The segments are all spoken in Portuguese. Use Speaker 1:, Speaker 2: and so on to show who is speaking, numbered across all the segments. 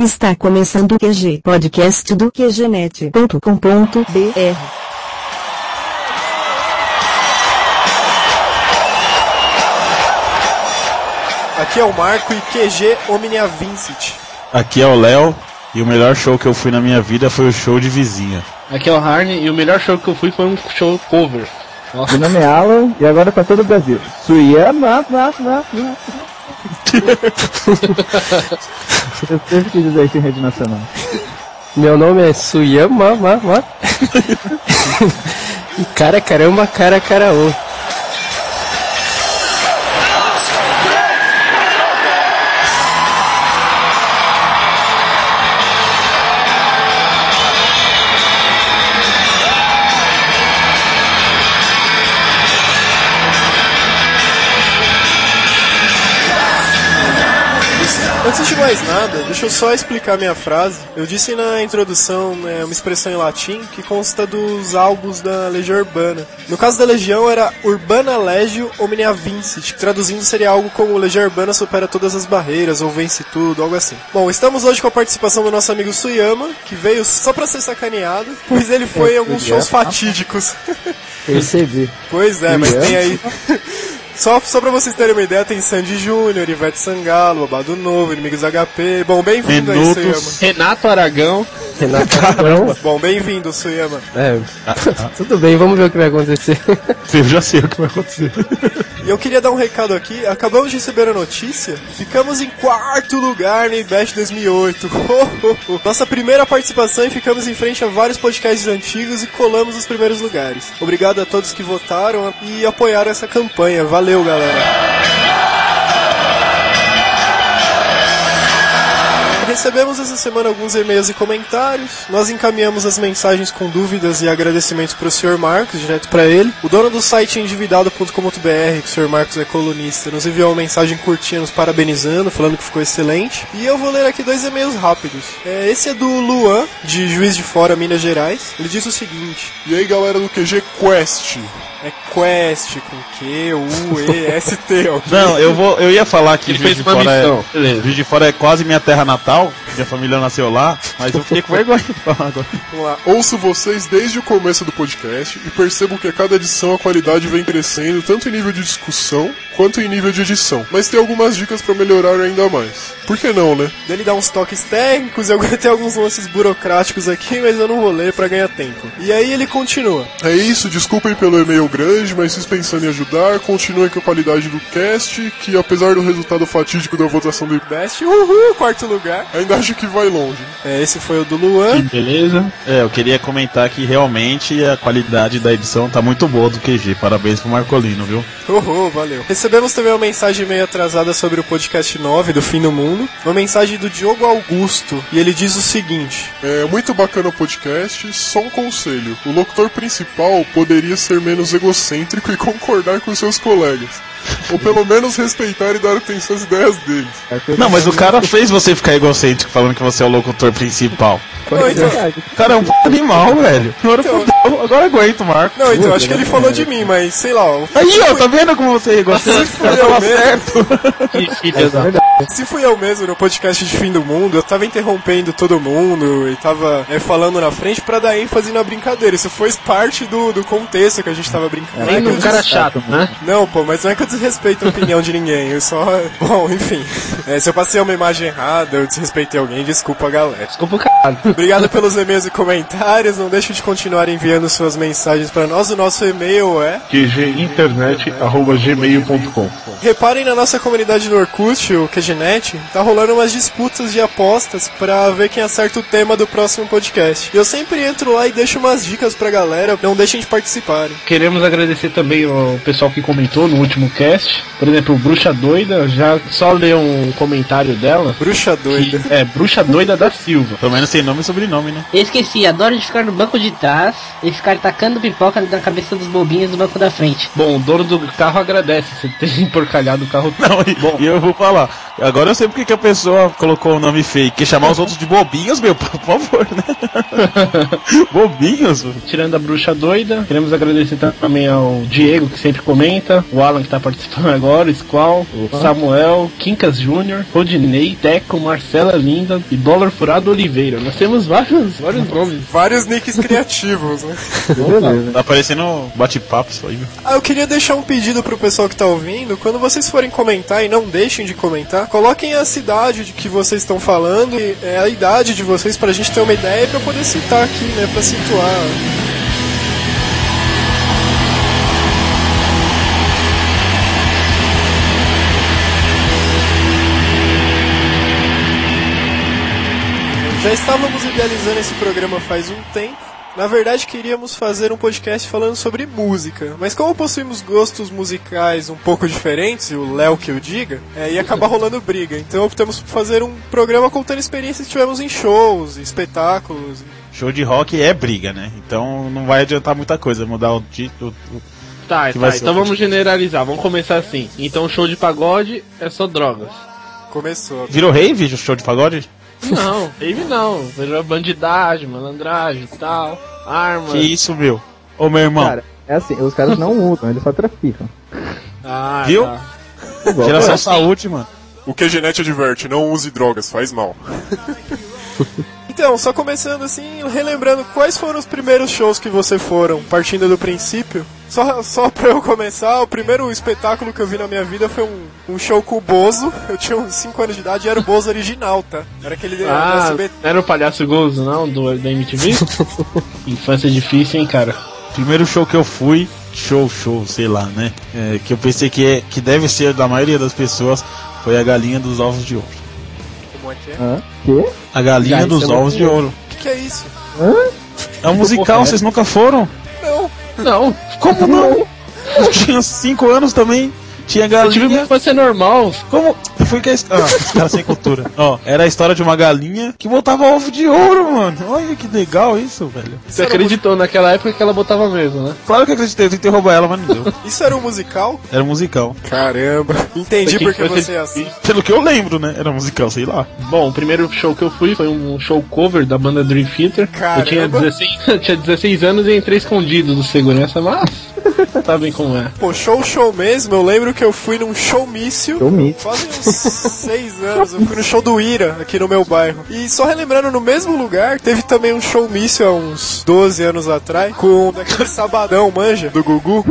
Speaker 1: Está começando o QG Podcast do QGNet.com.br.
Speaker 2: Aqui é o Marco e QG Omnia Vincit.
Speaker 3: Aqui é o Léo e o melhor show que eu fui na minha vida foi o show de vizinha.
Speaker 4: Aqui é o Harney e o melhor show que eu fui foi um show cover.
Speaker 5: Meu nome é Alan e agora pra todo o Brasil. Suyama, na, na, na. Eu sempre quis dizer isso em rede nacional.
Speaker 6: Meu nome é Suyama, ma, ma. e cara, caramba, cara, caraô.
Speaker 2: Antes de mais nada, deixa eu só explicar minha frase. Eu disse na introdução né, uma expressão em latim que consta dos álbuns da Legião Urbana. No caso da Legião era Urbana Legio Omnia Vincit, que traduzindo seria algo como Legião Urbana supera todas as barreiras ou vence tudo, algo assim. Bom, estamos hoje com a participação do nosso amigo Suyama, que veio só pra ser sacaneado, pois ele foi em alguns shows fatídicos.
Speaker 5: Percebi.
Speaker 2: Pois é, mas
Speaker 5: Leandro.
Speaker 2: tem aí. Só, só pra vocês terem uma ideia, tem Sandy Júnior, Ivete Sangalo, Babado Novo, Inimigos HP. Bom, bem-vindo aí,
Speaker 3: Minutos.
Speaker 2: Suyama.
Speaker 4: Renato Aragão.
Speaker 6: Renato,
Speaker 2: Bom, bem-vindo, Suyama.
Speaker 4: Ah,
Speaker 6: é, tudo bem, vamos ver o que vai acontecer.
Speaker 3: Eu já sei o que vai acontecer.
Speaker 2: E eu queria dar um recado aqui. Acabamos de receber a notícia. Ficamos em quarto lugar no IBEST 2008. Oh, oh, oh. Nossa primeira participação e ficamos em frente a vários podcasts antigos e colamos os primeiros lugares. Obrigado a todos que votaram e apoiaram essa campanha. Valeu, galera. Recebemos essa semana alguns e-mails e comentários. Nós encaminhamos as mensagens com dúvidas e agradecimentos para o Sr. Marcos, direto para ele. O dono do site é endividado.com.br, que o Sr. Marcos é colunista, nos enviou uma mensagem curtinha nos parabenizando, falando que ficou excelente. E eu vou ler aqui dois e-mails rápidos. É, esse é do Luan, de Juiz de Fora, Minas Gerais. Ele diz o seguinte: E aí, galera do QG Quest? É Quest com Q, U, E, S, T, ó.
Speaker 3: Não, eu vou, eu ia falar que
Speaker 4: Ele
Speaker 3: Juiz de
Speaker 4: fez uma
Speaker 3: Fora
Speaker 4: missão.
Speaker 3: é,
Speaker 4: Beleza.
Speaker 3: Juiz de Fora é quase minha terra natal. Minha família nasceu lá, mas eu fiquei com vergonha de falar agora.
Speaker 2: Vamos lá.
Speaker 7: Ouço vocês desde o começo do podcast e percebo que a cada edição a qualidade vem crescendo tanto em nível de discussão quanto em nível de edição. Mas tem algumas dicas pra melhorar ainda mais. Por que não, né?
Speaker 2: Ele dá uns toques técnicos, eu aguentei alguns lances burocráticos aqui, mas eu não vou ler pra ganhar tempo. E aí ele continua.
Speaker 7: É isso, desculpem pelo e-mail grande, mas vocês pensando em ajudar, continuem com a qualidade do cast, que apesar do resultado fatídico da votação do
Speaker 2: Best, uhul, quarto lugar.
Speaker 7: ainda acho que vai longe.
Speaker 2: É, esse foi o do Luan.
Speaker 4: Beleza.
Speaker 3: É, eu queria comentar que realmente a qualidade da edição tá muito boa do QG. Parabéns pro Marcolino, viu?
Speaker 2: Uhul, valeu. Recebemos também uma mensagem meio atrasada sobre o podcast 9 do Fim do Mundo. Uma mensagem do Diogo Augusto. E ele diz o seguinte:
Speaker 7: É muito bacana o podcast, só um conselho. O locutor principal poderia ser menos egocêntrico e concordar com seus colegas. Ou pelo menos respeitar e dar atenção às ideias deles.
Speaker 3: Não, mas o cara fez você ficar egocêntrico falando que você é o locutor principal.
Speaker 2: Não, então,
Speaker 3: O cara é um animal, velho. Agora, fudeu, agora aguento, Marco.
Speaker 2: não, então acho que ele falou de mim, mas sei lá, ó,
Speaker 3: Aí, ó, tá vendo como você é egocêntrico?
Speaker 2: fui eu mesmo.
Speaker 4: Que filha
Speaker 5: é
Speaker 4: da.
Speaker 2: Se fui eu mesmo no podcast de fim do mundo, eu tava interrompendo todo mundo e tava é, falando na frente pra dar ênfase na brincadeira. Isso foi parte do, do contexto que a gente tava brincando.
Speaker 4: Nem
Speaker 2: Não é
Speaker 4: um
Speaker 2: que eu
Speaker 4: cara
Speaker 2: des-
Speaker 4: chato, né?
Speaker 2: Não, pô, mas não é que eu desrespeito a opinião de ninguém. Eu só. Bom, enfim. É, se eu passei uma imagem errada, eu desrespeitei alguém, desculpa, galera.
Speaker 4: Desculpa o caralho.
Speaker 2: Obrigado pelos e-mails e comentários. Não deixe de continuar enviando suas mensagens pra nós. O nosso e-mail é
Speaker 8: qginternet.gmail.com
Speaker 2: Reparem na nossa comunidade do Orkut, o QGNet, tá rolando umas disputas de apostas pra ver quem acerta o tema do próximo podcast. E Eu sempre entro lá e deixo umas dicas pra galera, não deixem de participarem.
Speaker 4: Queremos agradecer também o pessoal que comentou no último cast. Por exemplo, Bruxa Doida, já só leu um comentário dela.
Speaker 2: Bruxa
Speaker 4: Que
Speaker 2: doida.
Speaker 4: é Bruxa Doida da Silva.
Speaker 3: Pelo menos tem nome e sobrenome, né?
Speaker 9: Eu esqueci, adoro de ficar no banco de trás
Speaker 8: Eles ficaram tacando pipoca na cabeça dos bobinhos do banco da frente.
Speaker 4: Bom, o dono do carro agradece você ter emporcalhado o carro.
Speaker 3: Não, e, e eu vou falar. Agora eu sei porque que a pessoa colocou o nome fake. Quer chamar os outros de bobinhos, meu, por favor, né? bobinhos? mano.
Speaker 4: Tirando a bruxa doida, queremos agradecer também ao Diego, que sempre comenta, o Alan, que tá participando agora, o Squall, o Samuel, Quincas Júnior, Rodinei, Teco, Marcela Linda e Dólar Furado Oliveira. Nós temos vários, vários nomes.
Speaker 2: Vários nicks criativos, né?
Speaker 5: Beleza.
Speaker 3: Tá parecendo um bate-papo isso aí, meu.
Speaker 2: Ah, eu queria deixar um pedido pro pessoal que tá ouvindo. Quando vocês forem comentar e não deixem de comentar, coloquem a cidade de que vocês estão falando e é, a idade de vocês pra gente ter uma ideia e pra eu poder citar aqui, né? Pra situar. Já estávamos idealizando esse programa faz um tempo. Na verdade, queríamos fazer um podcast falando sobre música, mas como possuímos gostos musicais um pouco diferentes, e o Léo que eu diga, é, ia acabar rolando briga. Então optamos por fazer um programa contando experiências que tivemos em shows, espetáculos.
Speaker 3: Show de rock é briga, né? Então não vai adiantar muita coisa mudar o título.
Speaker 4: Tá,
Speaker 3: Que vai
Speaker 4: tá
Speaker 3: ser
Speaker 4: então
Speaker 3: outro.
Speaker 4: vamos generalizar, vamos começar assim. Então show de pagode é só drogas.
Speaker 2: Começou.
Speaker 3: Virou rave o show de pagode?
Speaker 4: Não, rave não. Virou bandidagem, malandragem e tal, armas.
Speaker 3: Que isso, meu? Ô, meu irmão,
Speaker 5: Cara, é assim, os caras não mudam, eles só traficam.
Speaker 4: Ah,
Speaker 3: Viu?
Speaker 4: tá.
Speaker 3: geração saúde, mano.
Speaker 7: O que a Genete adverte, não use drogas, faz mal.
Speaker 2: Então, só começando assim, relembrando quais foram os primeiros shows que você foram, partindo do princípio. Só, só pra eu começar, o primeiro espetáculo que eu vi na minha vida foi um, um show com o Bozo. Eu tinha uns 5 anos de idade e era o Bozo original, tá? Era aquele
Speaker 3: É,
Speaker 2: do
Speaker 4: Ah,
Speaker 2: SBT.
Speaker 4: não era o palhaço Gozo, não? Do, da MTV? Infância difícil, hein, cara?
Speaker 3: Primeiro show que eu fui, show, show, sei lá, né? É, que eu pensei que, é, que deve ser da maioria das pessoas, foi a galinha dos ovos de ouro.
Speaker 2: Como é que é?
Speaker 5: Hã? Quê?
Speaker 3: A galinha
Speaker 6: Cara,
Speaker 3: dos
Speaker 6: isso é
Speaker 3: ovos de ouro.
Speaker 2: O que, que é isso?
Speaker 3: É um musical,
Speaker 4: Porra,
Speaker 3: vocês nunca foram?
Speaker 2: Não.
Speaker 4: Não,
Speaker 3: Como não? Eu tinha 5 anos também. Tinha
Speaker 4: eu tive uma
Speaker 3: galinha.
Speaker 4: infância normal.
Speaker 3: Como? Foi que a his- Ah, os caras sem cultura. Ó, era a história de uma galinha que botava ovo de ouro, mano. Olha que legal isso, velho.
Speaker 2: Isso
Speaker 4: Você
Speaker 2: era, um mu-
Speaker 4: acreditou naquela época que ela botava mesmo, né?
Speaker 3: Claro que eu acreditei, eu tentei roubar ela, mas não deu.
Speaker 2: isso era um musical?
Speaker 3: Era um musical.
Speaker 2: Caramba. Entendi
Speaker 4: Foi que
Speaker 2: porque
Speaker 4: foi
Speaker 2: você é assim.
Speaker 3: Pelo que eu lembro, né? Era um musical, sei lá.
Speaker 4: Bom, o primeiro show que eu fui foi um show cover da banda Dream Theater.
Speaker 2: Caramba.
Speaker 4: Eu tinha 16, eu tinha 16 anos e entrei escondido do segurança, mas sabem como é.
Speaker 2: Pô, show, show mesmo. Eu lembro que eu fui num showmício.
Speaker 5: Showmício.
Speaker 2: Fazem uns seis anos. Eu fui no show do Ira, aqui no meu bairro. E só relembrando, no mesmo lugar, teve também um showmício há uns 12 anos atrás. Com aquele sabadão, manja, do Gugu.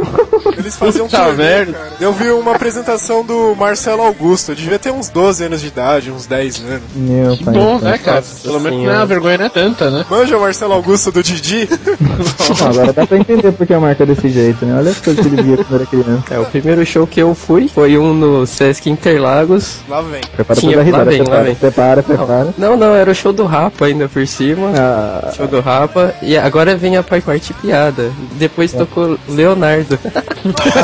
Speaker 2: Eles faziam um
Speaker 4: Puta
Speaker 2: turnê,
Speaker 4: merda.
Speaker 2: cara. Eu vi uma apresentação do Marcelo Augusto. Eu devia ter uns 12 anos de idade, uns 10 anos.
Speaker 5: Meu
Speaker 4: Que
Speaker 5: pai.
Speaker 4: bom,
Speaker 5: então.
Speaker 4: né, cara? Pelo menos né, a vergonha não é tanta, né?
Speaker 2: Manja o Marcelo Augusto do Didi.
Speaker 5: Não, agora dá pra entender porque a marca é desse jeito, né? Olha as coisas que ele via quando era criança.
Speaker 6: É, o primeiro show que eu fui foi um no Sesc Interlagos.
Speaker 2: Lá vem.
Speaker 5: Prepara
Speaker 6: Tinha-
Speaker 5: pra dar risada,
Speaker 6: lá vem, lá
Speaker 5: né? prepara,
Speaker 6: vem.
Speaker 5: prepara, prepara.
Speaker 6: Não, não, era o show do Rapa ainda por cima.
Speaker 5: Ah,
Speaker 6: Show do Rapa. E agora vem a par- parte piada.
Speaker 5: É.
Speaker 6: Depois tocou Leonardo.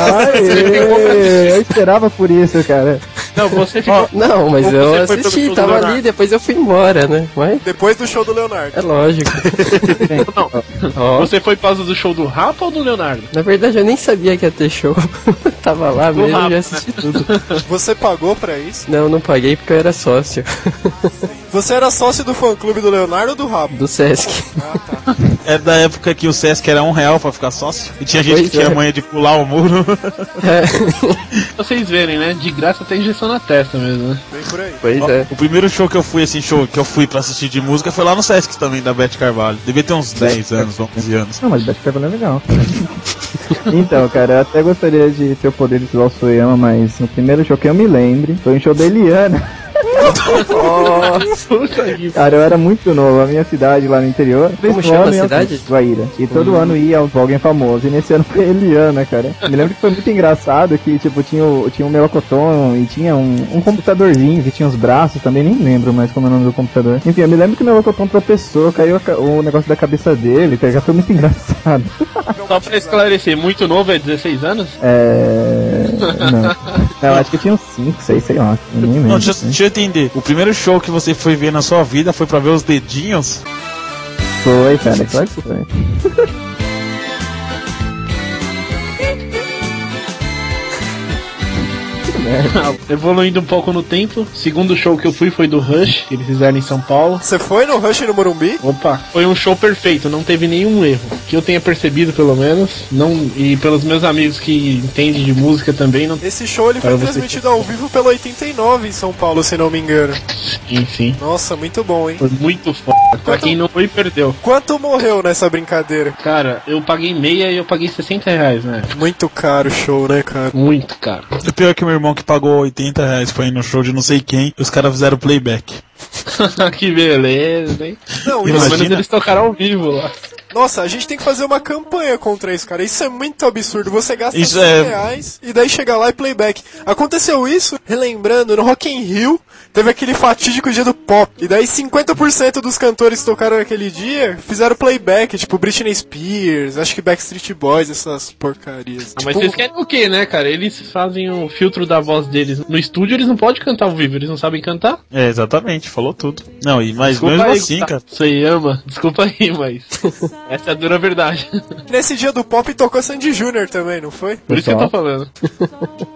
Speaker 5: aê, eu esperava por isso, cara.
Speaker 4: Não, você ficou.
Speaker 6: Não, mas
Speaker 4: Como
Speaker 6: eu
Speaker 4: você foi pelo show
Speaker 6: assisti,
Speaker 4: do
Speaker 6: tava
Speaker 4: Leonardo?
Speaker 6: ali, depois eu fui embora, né? Mas
Speaker 2: Depois do show do Leonardo.
Speaker 6: é lógico. Ó,
Speaker 4: Você foi por causa do show do Rafa ou do Leonardo?
Speaker 6: na verdade eu nem sabia que ia ter show. tava lá mesmo,
Speaker 4: Rapa,
Speaker 6: já assisti tudo.
Speaker 2: Você pagou pra isso?
Speaker 6: Não, não paguei porque eu era sócio
Speaker 2: Você era sócio do fã-clube do Leonardo ou do Rabo?
Speaker 6: do Sesc.
Speaker 3: É da época que o Sesc era um real pra ficar sócio. E tinha gente
Speaker 6: Pois
Speaker 3: que tinha
Speaker 6: é.
Speaker 3: manha de pular o muro.
Speaker 4: Pra vocês verem, né? De graça até injeção na testa mesmo, né?
Speaker 2: Vem por aí.
Speaker 6: Pois é.
Speaker 3: O primeiro show que eu fui, assim, show que eu fui pra assistir de música foi lá no Sesc também, da Beth Carvalho. Devia ter uns 10 anos, 11 anos.
Speaker 5: Não, mas Bate Carvalho é legal. então, cara, eu até gostaria de ter o poder de usar o Suyama, mas no primeiro show que eu me lembre, foi um show da Eliana.
Speaker 4: Puta que
Speaker 5: Cara, eu era muito novo, a minha cidade lá no interior. Todo
Speaker 6: chama a
Speaker 5: ano ia-
Speaker 6: cidade?
Speaker 5: Guaíra. E todo ano ia alguém famoso, e nesse ano foi a Eliana, cara. Me lembro que foi muito engraçado que, tipo, tinha, o, tinha um melocotão e tinha um, um computadorzinho que tinha os braços também, nem lembro mais como é o nome do computador. Enfim, eu me lembro que o melocotão tropeçou, caiu a ca- o negócio da cabeça dele, cara, foi muito engraçado.
Speaker 4: Só pra esclarecer, muito novo é 16 anos?
Speaker 5: É. Não. Não, acho que tinha uns 5, 6, sei lá. assim. eu Nem lembro.
Speaker 3: Não, deixa, eu-
Speaker 6: né?
Speaker 3: deixa eu entender. O primeiro show que você foi ver na sua vida foi pra ver os dedinhos?
Speaker 5: Foi, cara, claro que foi. merda.
Speaker 4: Evoluindo um pouco no tempo, o segundo show que eu fui foi do Rush, que eles fizeram em São Paulo.
Speaker 2: Você foi no Rush no Morumbi?
Speaker 4: Opa, foi um show perfeito, não teve nenhum erro. Que eu tenha percebido, pelo menos. não E pelos meus amigos que entendem de música também, não.
Speaker 2: Esse show ele foi
Speaker 4: Para você
Speaker 2: transmitido ao vivo pela 89 em São Paulo, se não me engano.
Speaker 4: Enfim,
Speaker 2: Nossa, muito bom, hein?
Speaker 4: foi muito foda. Pra quem não foi, perdeu.
Speaker 2: Quanto morreu nessa brincadeira?
Speaker 4: Cara, eu paguei meia e eu paguei 60 reais, né?
Speaker 2: Muito caro o show, né, cara?
Speaker 4: Muito caro.
Speaker 3: O pior é que meu irmão que pagou 80 reais foi no show de não sei quem, e os caras fizeram playback.
Speaker 4: que beleza, hein?
Speaker 2: Não,
Speaker 4: Pelo
Speaker 2: isso...
Speaker 3: Imagina.
Speaker 4: menos eles tocaram ao vivo lá.
Speaker 2: Nossa, a gente tem que fazer uma campanha contra isso, cara. Isso é muito absurdo. Você gasta
Speaker 3: Isso
Speaker 2: 100
Speaker 3: é-
Speaker 2: reais e daí chega lá e playback. Aconteceu isso, relembrando, no Rock in Rio teve aquele fatídico dia do pop. E daí 50% dos cantores que tocaram naquele dia fizeram playback, tipo Britney Spears, acho que Backstreet Boys, essas porcarias.
Speaker 4: Ah, mas
Speaker 3: Tipo-
Speaker 4: vocês querem o quê, né, cara? Eles fazem o filtro da voz deles no estúdio, eles não podem cantar ao vivo, eles não sabem cantar.
Speaker 3: É, exatamente, falou tudo. Não, e mas
Speaker 4: Desculpa
Speaker 3: mesmo
Speaker 4: aí,
Speaker 3: assim,
Speaker 4: Gustavo.
Speaker 3: cara.
Speaker 4: Você ama? Desculpa aí, mas. Essa é a dura verdade.
Speaker 2: Nesse dia do pop tocou Sandy Júnior também, não foi?
Speaker 4: Por isso que eu tô falando.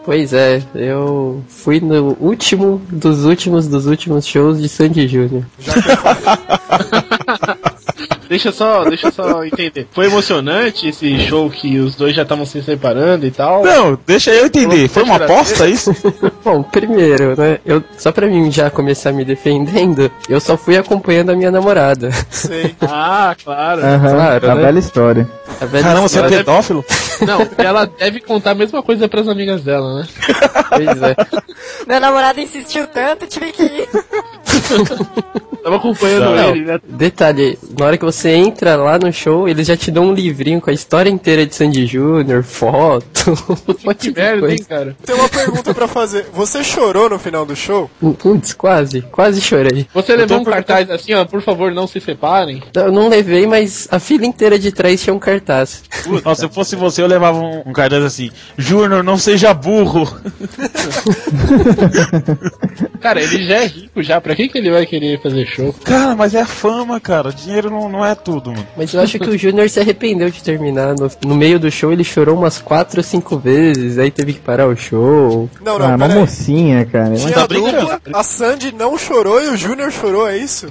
Speaker 6: Pois é, eu fui no último dos últimos dos últimos shows de Sandy Júnior.
Speaker 4: Deixa eu só, deixa eu só entender. Foi emocionante esse show que os dois já estavam se separando e tal.
Speaker 3: Não, deixa eu entender. Foi uma aposta isso?
Speaker 6: Bom, primeiro, né, eu, só pra mim já começar me defendendo, eu só fui acompanhando a minha namorada.
Speaker 2: Sei.
Speaker 4: Ah, claro.
Speaker 5: Aham,
Speaker 6: Claro,
Speaker 5: a
Speaker 6: né?
Speaker 5: bela história.
Speaker 6: A velha
Speaker 3: Caramba, você é
Speaker 6: história-
Speaker 3: pedófilo?
Speaker 4: Não, ela deve contar a mesma coisa pras amigas dela, né?
Speaker 6: Pois é.
Speaker 9: Meu namorado insistiu tanto, tive que ir.
Speaker 4: Tava acompanhando
Speaker 3: Não.
Speaker 4: ele, né?
Speaker 6: Detalhe, na hora que você entra lá no show, eles já te dão um livrinho com a história inteira de Sandy Júnior, foto, um monte
Speaker 4: Que
Speaker 6: de
Speaker 4: merda, hein,
Speaker 6: coisa.
Speaker 4: cara?
Speaker 2: Tem uma pergunta pra fazer. Você chorou no final do show?
Speaker 6: Putz, quase, quase chorei.
Speaker 4: Você levou um cartaz assim, ó, por favor, não se separem.
Speaker 6: Eu não levei, mas a fila inteira de trás tinha um cartaz.
Speaker 3: Nossa, se eu fosse você, eu levava um, um cartaz assim: Júnior, não seja burro.
Speaker 4: Cara, ele já é rico já, pra que, que ele vai querer fazer show?
Speaker 3: Cara, mas é a fama, cara. Dinheiro não, não é tudo, mano.
Speaker 6: Mas eu acho que o Júnior se arrependeu de terminar. No, no meio do show ele chorou umas quatro ou cinco vezes, aí teve que parar o show.
Speaker 2: Não,
Speaker 5: ah,
Speaker 2: não,
Speaker 5: uma
Speaker 2: peraí.
Speaker 5: mocinha, cara. Mas
Speaker 2: Tinha
Speaker 3: tá
Speaker 2: a dupla,
Speaker 3: brincando.
Speaker 2: a Sandy não chorou e o Júnior chorou, é isso?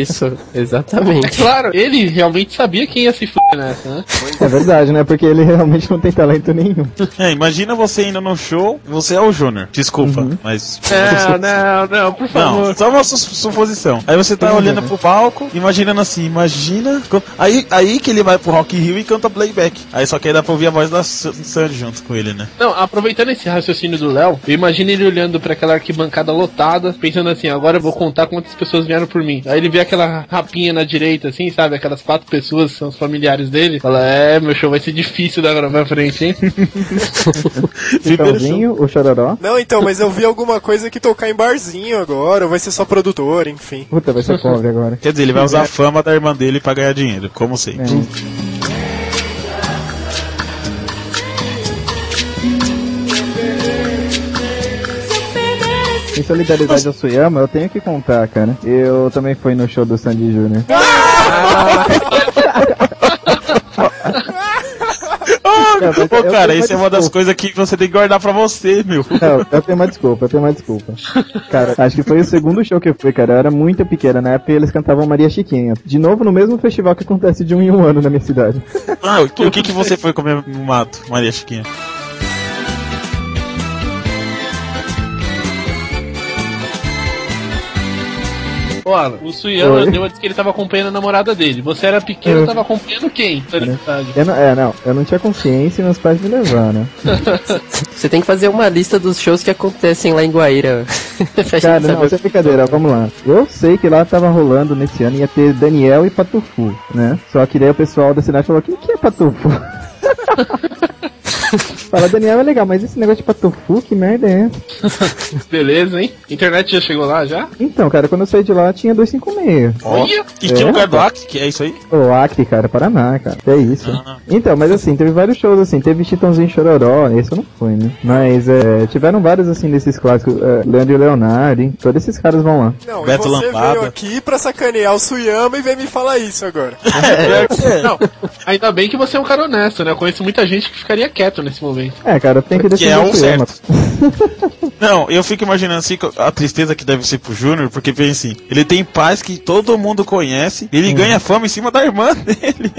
Speaker 6: Isso, exatamente.
Speaker 4: Claro, ele realmente sabia quem ia se fuder nessa, né?
Speaker 5: É verdade, né? Porque ele realmente não tem talento nenhum.
Speaker 3: É, imagina você indo num show, você é o Júnior. Desculpa,
Speaker 5: Uhum.
Speaker 3: mas.
Speaker 4: Não, É, não, não, por
Speaker 3: Não, só uma su- suposição. Aí você tá olhando pro palco, imaginando assim, imagina. co- Aí, aí que ele vai pro Rock in Rio e canta playback. Aí só que aí dá pra ouvir a voz da Sa- Sandy junto com ele, né?
Speaker 4: Não, aproveitando esse raciocínio do Léo, eu imagino ele olhando pra aquela arquibancada lotada, pensando assim, agora eu vou contar quantas pessoas vieram por mim. Aí ele vê aquela rapinha na direita, assim, sabe? Aquelas quatro pessoas que são os familiares dele. Fala, é, meu show vai ser difícil da agora pra frente, hein?
Speaker 3: Primeiro
Speaker 5: Então,
Speaker 3: show.
Speaker 5: Chitãozinho, o Chororó.
Speaker 2: Não, então, mas eu vi alguma coisa que tocar em barzinho agora, ou vai ser só produtor, enfim.
Speaker 5: Puta, vai ser pobre agora.
Speaker 3: Quer dizer, ele vai usar a fama da irmã dele pra ganhar dinheiro, como sempre.
Speaker 5: É. Em solidariedade ao Suyama, eu tenho que contar, cara. Eu também fui no show do Sandy Júnior.
Speaker 3: Ô,
Speaker 5: eu
Speaker 3: Ah, cara,
Speaker 5: tenho
Speaker 3: isso é uma das coisas que você tem que guardar pra você, meu.
Speaker 5: Não, eu tenho uma desculpa, eu tenho uma desculpa. Cara, acho que foi o segundo show que eu fui, cara. Eu era muito pequena na época e eles cantavam Maria Chiquinha. De novo no mesmo festival que acontece de um em um ano na minha cidade.
Speaker 3: Ah, o que, o que que você foi comer no mato, Maria Chiquinha?
Speaker 4: Ô, Alan, o Suyama
Speaker 5: Oi.
Speaker 4: deu a dizer que ele tava acompanhando a namorada dele. Você era pequeno, tava acompanhando quem? Tá Solidariedade.
Speaker 5: Eu não, é, não, eu não tinha consciência e meus pais me levaram.
Speaker 6: Você tem que fazer uma lista dos shows que acontecem lá em Guaíra. pra gente
Speaker 5: Cara,
Speaker 6: saber
Speaker 5: não, isso é brincadeira, vamos lá. Eu sei que lá tava rolando nesse ano, ia ter Daniel e Patufu, né? Só que daí o pessoal da cidade falou, quem que é Patufu? Fala, Daniel é legal, mas esse negócio de Patufu, que merda é essa?
Speaker 4: Beleza, hein? Internet já chegou lá, já?
Speaker 5: Então, cara, quando eu saí de lá, tinha 256.
Speaker 4: Olha!
Speaker 3: E que
Speaker 5: É,
Speaker 3: lugar do Acre que é isso aí?
Speaker 5: O Acre, cara, Paraná, cara. É isso.
Speaker 3: Ah.
Speaker 5: Então, mas assim, teve vários shows assim, teve Chitãozinho e Chororó, esse eu não fui, né? Mas é, tiveram vários assim desses clássicos, é, Leandro e Leonardo, hein? todos esses caras vão lá.
Speaker 2: Não,
Speaker 3: Beto
Speaker 2: e você
Speaker 3: Lampada.
Speaker 2: veio aqui pra sacanear o Suyama e veio me falar isso agora.
Speaker 3: É, pior que é.
Speaker 4: Não, ainda bem que você é um cara honesto, né? Eu conheço muita gente que ficaria quieto nesse momento.
Speaker 5: É, cara, tem que
Speaker 3: Que é
Speaker 5: defender
Speaker 3: o
Speaker 5: o Kuyama.
Speaker 3: certo. Não, eu fico imaginando assim a tristeza que deve ser pro Júnior, porque pensa assim, ele tem paz que todo mundo conhece, ele ganha fama em cima da irmã dele.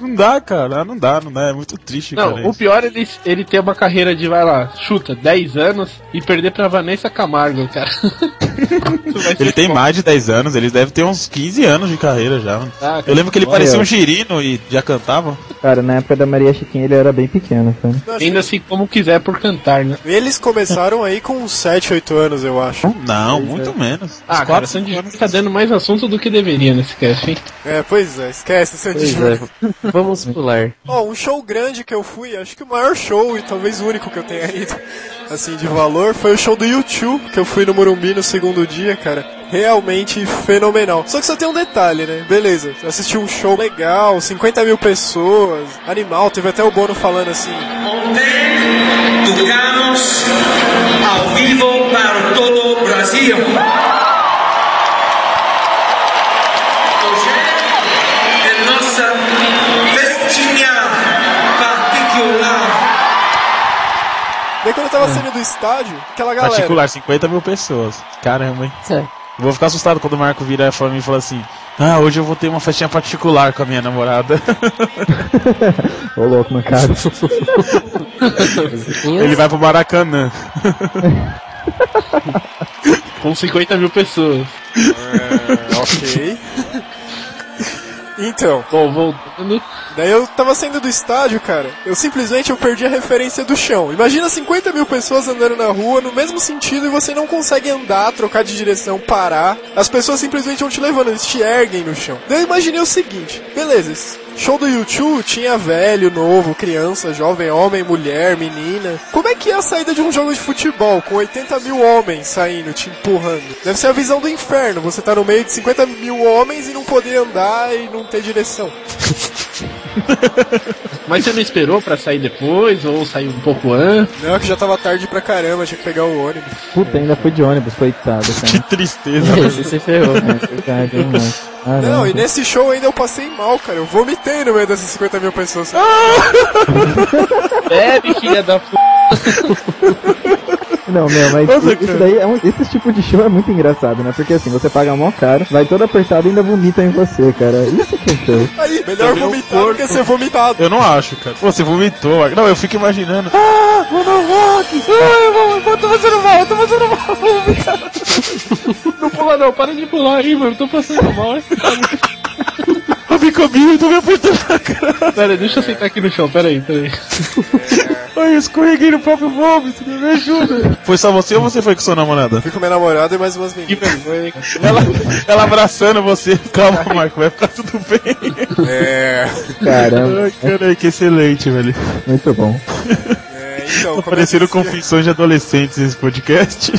Speaker 3: não dá, cara, não dá, não dá, é muito triste,
Speaker 4: Não,
Speaker 3: cara.
Speaker 4: o
Speaker 3: isso.
Speaker 4: pior é ele, ele ter uma carreira de, vai lá, chuta, 10 anos e perder pra Vanessa Camargo, cara. Isso vai ser
Speaker 3: Ele tem
Speaker 4: bom.
Speaker 3: mais de 10 anos, ele deve ter uns 15 anos de carreira já. mano.
Speaker 4: Ah, cara,
Speaker 3: Eu lembro que ele
Speaker 5: Olha.
Speaker 3: parecia um girino e já cantava.
Speaker 5: Cara, na época da Maria Chiquinha ele era bem pequeno, cara.
Speaker 2: Eu acho
Speaker 4: Ainda assim, como quiser por cantar, né?
Speaker 2: que Eles começaram aí com uns 7, 8 anos, eu acho.
Speaker 3: Não, muito menos.
Speaker 4: Ah,
Speaker 3: Uns
Speaker 4: cara,
Speaker 3: quatro,
Speaker 4: o Sandy
Speaker 3: cinco
Speaker 4: Júnior tá dando mais assunto do que deveria nesse cast, hein?
Speaker 2: É, pois é, esquece, Sandy
Speaker 6: Pois
Speaker 2: Júnior.
Speaker 6: é, vamos pular.
Speaker 2: Ó, um show grande que eu fui, acho que o maior show e talvez o único que eu tenha ido, assim, de valor, foi o show do YouTube que eu fui no Morumbi no segundo dia, cara. Realmente fenomenal. Só que só tem um detalhe, né? Beleza, assisti um show legal, 50 mil pessoas, animal, teve até o Bono falando assim.
Speaker 10: tocamos ao vivo para todo o Brasil. Hoje é nossa festinha particular.
Speaker 2: Daí quando eu tava saindo do estádio, aquela galera.
Speaker 3: Particular, 50 mil pessoas. Caramba, hein?
Speaker 6: É.
Speaker 3: Vou ficar assustado quando o Marco virar pra mim e falar assim: Ah, hoje eu vou ter uma festinha particular com a minha namorada.
Speaker 5: Ô louco, mano, cara.
Speaker 3: Ele vai pro Maracanã.
Speaker 4: Com 50 mil pessoas.
Speaker 2: Ok. Então,
Speaker 4: Bom, voltando.
Speaker 2: Daí eu tava saindo do estádio, cara. Eu simplesmente eu perdi a referência do chão. Imagina 50 mil pessoas andando na rua no mesmo sentido e você não consegue andar, trocar de direção, parar. As pessoas simplesmente vão te levando, eles te erguem no chão. Daí eu imaginei o seguinte: beleza, esse show do YouTube tinha velho, novo, criança, jovem, homem, mulher, menina. Como é que é a saída de um jogo de futebol com 80 mil homens saindo, te empurrando? Deve ser a visão do inferno. Você tá no meio de 50 mil homens e não poder andar e não ter direção.
Speaker 4: Mas você não esperou pra sair depois ou sair um pouco antes?
Speaker 2: Não, que já tava tarde pra caramba, tinha que pegar o ônibus.
Speaker 5: Puta, ainda fui de ônibus, coitado,
Speaker 3: Que
Speaker 5: cara.
Speaker 3: tristeza.
Speaker 6: Esse se ferrou.
Speaker 5: É, verdade, hein, mano. Ah, Caramba.
Speaker 2: Não, e
Speaker 3: então-
Speaker 2: nesse show ainda eu passei mal, cara. Eu vomitei no meio dessas 50 mil pessoas. Ah,
Speaker 4: Bebe, filha da p.
Speaker 5: Não, meu, mas
Speaker 3: Nossa, cara.
Speaker 5: isso daí é um- esse tipo de show é muito engraçado, né? Porque assim, você paga mó caro, vai todo apertado e ainda vomita em você, cara. Isso que é show.
Speaker 2: Aí, melhor vomitar do que ser vomitado.
Speaker 3: Eu não acho, cara. Pô, você vomitou. Marco. Não, eu fico imaginando. Ah, vou no rock. Ah, eu vou, eu tô fazendo mal, eu tô fazendo mal. vou vomitar.
Speaker 4: Não pula não, para de pular aí, mano. Tô passando mal.
Speaker 3: Eu me comi, eu tô me apertando.
Speaker 4: Pera, deixa eu sentar aqui no chão, pera aí, pera aí.
Speaker 3: Ai, eu escorreguei no próprio vômito. Me ajuda. Foi só você ou você foi com sua namorada?
Speaker 2: Fui com minha namorada e mais umas
Speaker 4: Que
Speaker 2: meninas. É,
Speaker 4: vergonha, hein?
Speaker 3: Ela, ela abraçando você. Calma, Marco, vai ficar tudo bem.
Speaker 2: É,
Speaker 5: Caramba,
Speaker 3: Ai, caralho, que excelente, velho.
Speaker 5: muito bom.
Speaker 2: é, então. como
Speaker 3: Apareceram
Speaker 2: eu dizia-
Speaker 3: confissões de adolescentes nesse podcast.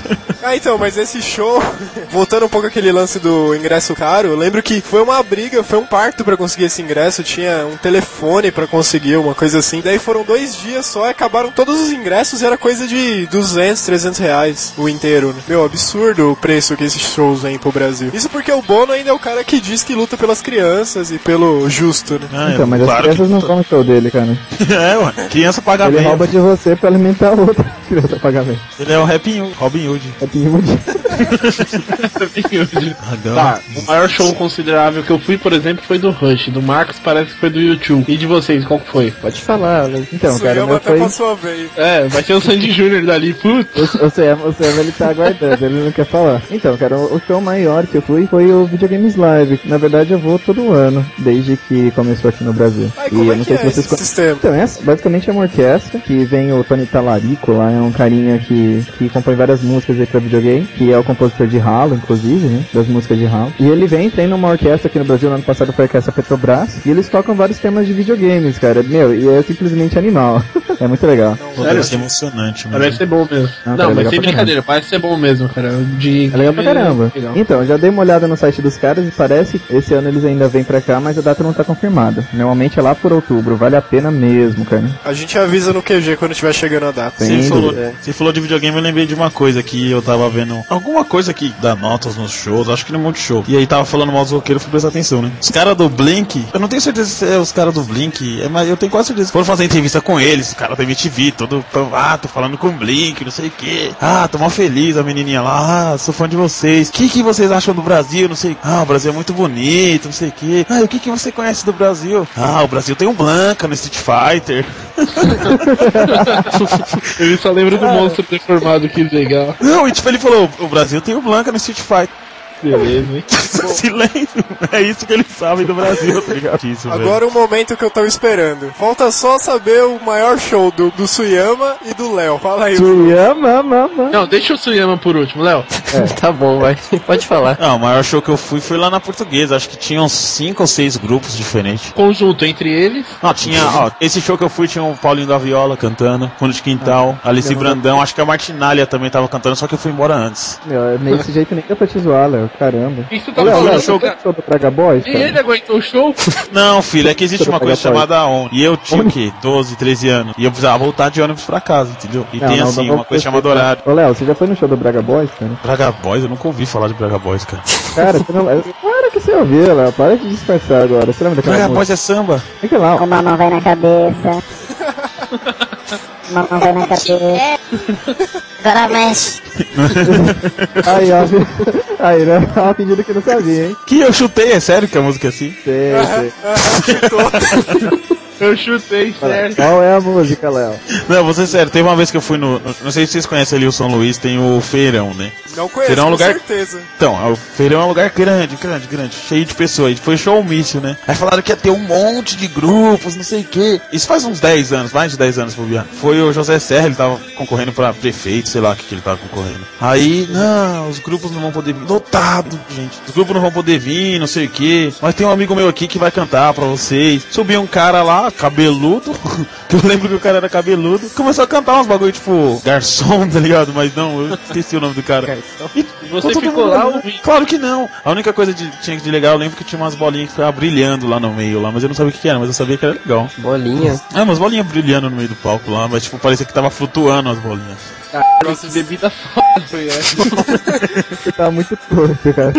Speaker 2: Ah, então, mas esse show, voltando um pouco aquele lance do ingresso caro, eu lembro que foi uma briga, foi um parto pra conseguir esse ingresso, tinha um telefone pra conseguir, uma coisa assim. Daí foram dois dias só, e acabaram todos os ingressos, e era coisa de 200, 300 reais o inteiro. Né? Meu, absurdo o preço que esses shows vêm pro Brasil. Isso porque o Bono ainda é o cara que diz que luta pelas crianças e pelo justo, né?
Speaker 3: Ah,
Speaker 5: Então, mas as
Speaker 3: claro que-
Speaker 5: crianças não vão no show dele, cara.
Speaker 3: É, ué. Criança paga
Speaker 5: Ele
Speaker 3: bem.
Speaker 5: rouba de você pra alimentar a outra criança pagar bem.
Speaker 3: Ele é o Happy Hood. Robin Hood.
Speaker 5: É terrível de...
Speaker 4: Tá, o maior show considerável que eu fui, por exemplo, foi do Rush. Do Marcos parece que foi do YouTube. E de vocês, qual que foi?
Speaker 6: Pode falar, né?
Speaker 5: Então,
Speaker 3: é
Speaker 5: cara,
Speaker 2: Suyama
Speaker 5: meu
Speaker 2: até
Speaker 5: foi...
Speaker 2: passou a vez.
Speaker 4: É, vai ser o Sandy Júnior dali, puta.
Speaker 5: O o Sam, o Sam, ele tá aguardando, ele não quer falar. Então, cara, o o show maior que eu fui foi o Videogames Live. Na verdade, eu vou todo ano, desde que começou aqui no Brasil.
Speaker 2: Ai,
Speaker 5: e
Speaker 2: como
Speaker 5: eu
Speaker 2: é
Speaker 5: não
Speaker 2: que
Speaker 5: sei
Speaker 2: é
Speaker 5: se vocês
Speaker 2: esse
Speaker 5: conhecem.
Speaker 2: sistema?
Speaker 5: Então, essa basicamente é uma orquestra que vem o Tony Talarico lá, é um carinha que, que compõe várias músicas aí pra videogame, que é o compositor de Halo, inclusive, né? Das músicas de Halo. E ele vem, tem numa orquestra aqui no Brasil, no ano passado foi a orquestra Petrobras, e eles tocam vários temas de videogames, cara. Meu, e é simplesmente animal. é muito legal.
Speaker 3: Deve ser emocionante, mano.
Speaker 4: Parece ser bom mesmo.
Speaker 5: Ah,
Speaker 4: Uhum. Não,
Speaker 5: cara,
Speaker 4: mas
Speaker 5: legal
Speaker 4: sem
Speaker 5: pra
Speaker 4: brincadeira, parece ser bom mesmo, cara. De...
Speaker 5: É legal pra caramba.
Speaker 4: Legal.
Speaker 5: Então, já dei uma olhada no site dos caras e parece que esse ano eles ainda vêm pra cá, mas a data não tá confirmada. Normalmente é lá por outubro, vale a pena mesmo, cara.
Speaker 2: A gente avisa no QG quando tiver chegando a data.
Speaker 5: Sem
Speaker 3: Você falou,
Speaker 5: dúvida.
Speaker 3: você falou de videogame, eu lembrei de uma coisa que eu tava vendo. Algum- alguma coisa que dá notas nos shows, acho que no monte show. E aí tava falando mal dos roqueiros, fui prestar atenção, né? Os caras do Blink, eu não tenho certeza se é os caras do Blink, é, mas eu tenho quase certeza. Foram fazer entrevista com eles, tá os caras da MTV, todo, tão, ah, tô falando com o Blink, não sei o quê. Ah, tô mal feliz, a menininha lá, ah, sou fã de vocês. O que, que vocês acham do Brasil? Não sei. Ah, o Brasil é muito bonito, não sei o quê. Ah, o que, que você conhece do Brasil? Ah, o Brasil tem um Blanca no Street Fighter.
Speaker 4: Ele só lembra do monstro deformado, que legal.
Speaker 3: Não, e tipo, ele falou, o Brasil tem o Blanca no Street Fighter.
Speaker 4: Beleza, hein?
Speaker 3: Silêncio, é isso que eles sabem do Brasil, tá ligado? Isso, velho.
Speaker 2: Agora é o momento que eu tava esperando. Falta só saber o maior show do, do Suyama e do Léo. Fala aí.
Speaker 5: Suyama, mama.
Speaker 4: Não, deixa o Suyama por último, Léo.
Speaker 5: É.
Speaker 6: Tá bom, vai. Pode falar.
Speaker 3: Ah, o maior show que eu fui foi lá na portuguesa. Acho que tinha uns 5 ou 6 grupos diferentes.
Speaker 4: Conjunto entre eles.
Speaker 3: Não, tinha, ó, esse show que eu fui tinha o Paulinho da Viola cantando, Fundo de Quintal,
Speaker 5: Ah,
Speaker 3: Alice Brandão, acho que a Martinália também tava cantando, só que eu fui embora antes.
Speaker 5: Meu, é meio desse jeito nem dá pra te zoar, Léo. Caramba.
Speaker 4: Isso tá
Speaker 5: Léo,
Speaker 4: falando,
Speaker 5: Léo, você
Speaker 4: cara.
Speaker 5: gostou do Praga Boys,
Speaker 4: E
Speaker 5: cara?
Speaker 4: ele aguentou o show?
Speaker 3: Não, filho, é que existe
Speaker 5: Você
Speaker 3: uma
Speaker 5: vai
Speaker 3: coisa
Speaker 5: pagar pra
Speaker 3: chamada ONU. E eu tinha o quê? 12, 13 anos. E eu precisava voltar de ônibus pra casa, entendeu? E
Speaker 5: Não,
Speaker 3: tem
Speaker 5: não,
Speaker 3: assim,
Speaker 5: não,
Speaker 3: uma coisa chamada
Speaker 5: não.
Speaker 3: horário.
Speaker 5: Ô, Léo, você já foi no show do Braga Boys, cara?
Speaker 3: Braga Boys, eu nunca ouvi falar de Braga Boys, cara.
Speaker 5: Cara, você não... para que você ouviu, Léo. Para de disfarçar agora. Você lembra daquela
Speaker 3: Braga
Speaker 5: música?
Speaker 3: Boys é samba.
Speaker 5: Fica lá.
Speaker 9: A mamão vai na cabeça. mamão vai na cabeça. Agora mexe.
Speaker 5: Aí, ó. Aí, né? Ela fingindo que não sabia, hein?
Speaker 3: Que eu chutei, é sério que a música é assim?
Speaker 5: Sei, sei.
Speaker 4: Eu chutei, sério.
Speaker 5: Qual é a música, Léo?
Speaker 3: Não, vou ser sério, teve uma vez que eu fui no. Não sei se vocês conhecem ali o São Luís, tem o Feirão, né?
Speaker 2: Não conheço,
Speaker 3: Será um
Speaker 2: com
Speaker 3: lugar-
Speaker 2: certeza.
Speaker 3: Então, é, o feirão é um lugar grande, grande, grande, cheio de pessoas. E Foi showmício, né? Aí falaram que ia ter um monte de grupos, não sei o quê. Isso faz uns 10 anos, mais de 10 anos, Bobiá. Foi o José Serra, ele tava concorrendo pra prefeito, sei lá o que, que ele tava concorrendo. Aí, não, os grupos não vão poder vir. Lotado, gente. Os grupos não vão poder vir, não sei o quê. Mas tem um amigo meu aqui que vai cantar pra vocês. Subiu um cara lá, cabeludo. que eu lembro que o cara era cabeludo. Começou a cantar uns bagulho, tipo, garçom, tá ligado? Mas não, eu esqueci o nome do cara.
Speaker 4: então,
Speaker 3: E
Speaker 4: Você
Speaker 3: todo
Speaker 4: ficou
Speaker 3: mundo
Speaker 4: lá
Speaker 3: olhando.
Speaker 4: ouvindo.
Speaker 3: Claro que não. A única coisa de, tinha de legal, eu lembro que tinha umas bolinhas que ficavam brilhando lá no meio, lá, mas eu não sabia o que que era, mas eu sabia que era legal.
Speaker 6: Bolinha.
Speaker 3: É, umas bolinhas brilhando no meio do palco lá, mas tipo, parecia que tava flutuando as bolinhas.
Speaker 4: Bebida foda, é.
Speaker 5: Você tá muito torto, cara.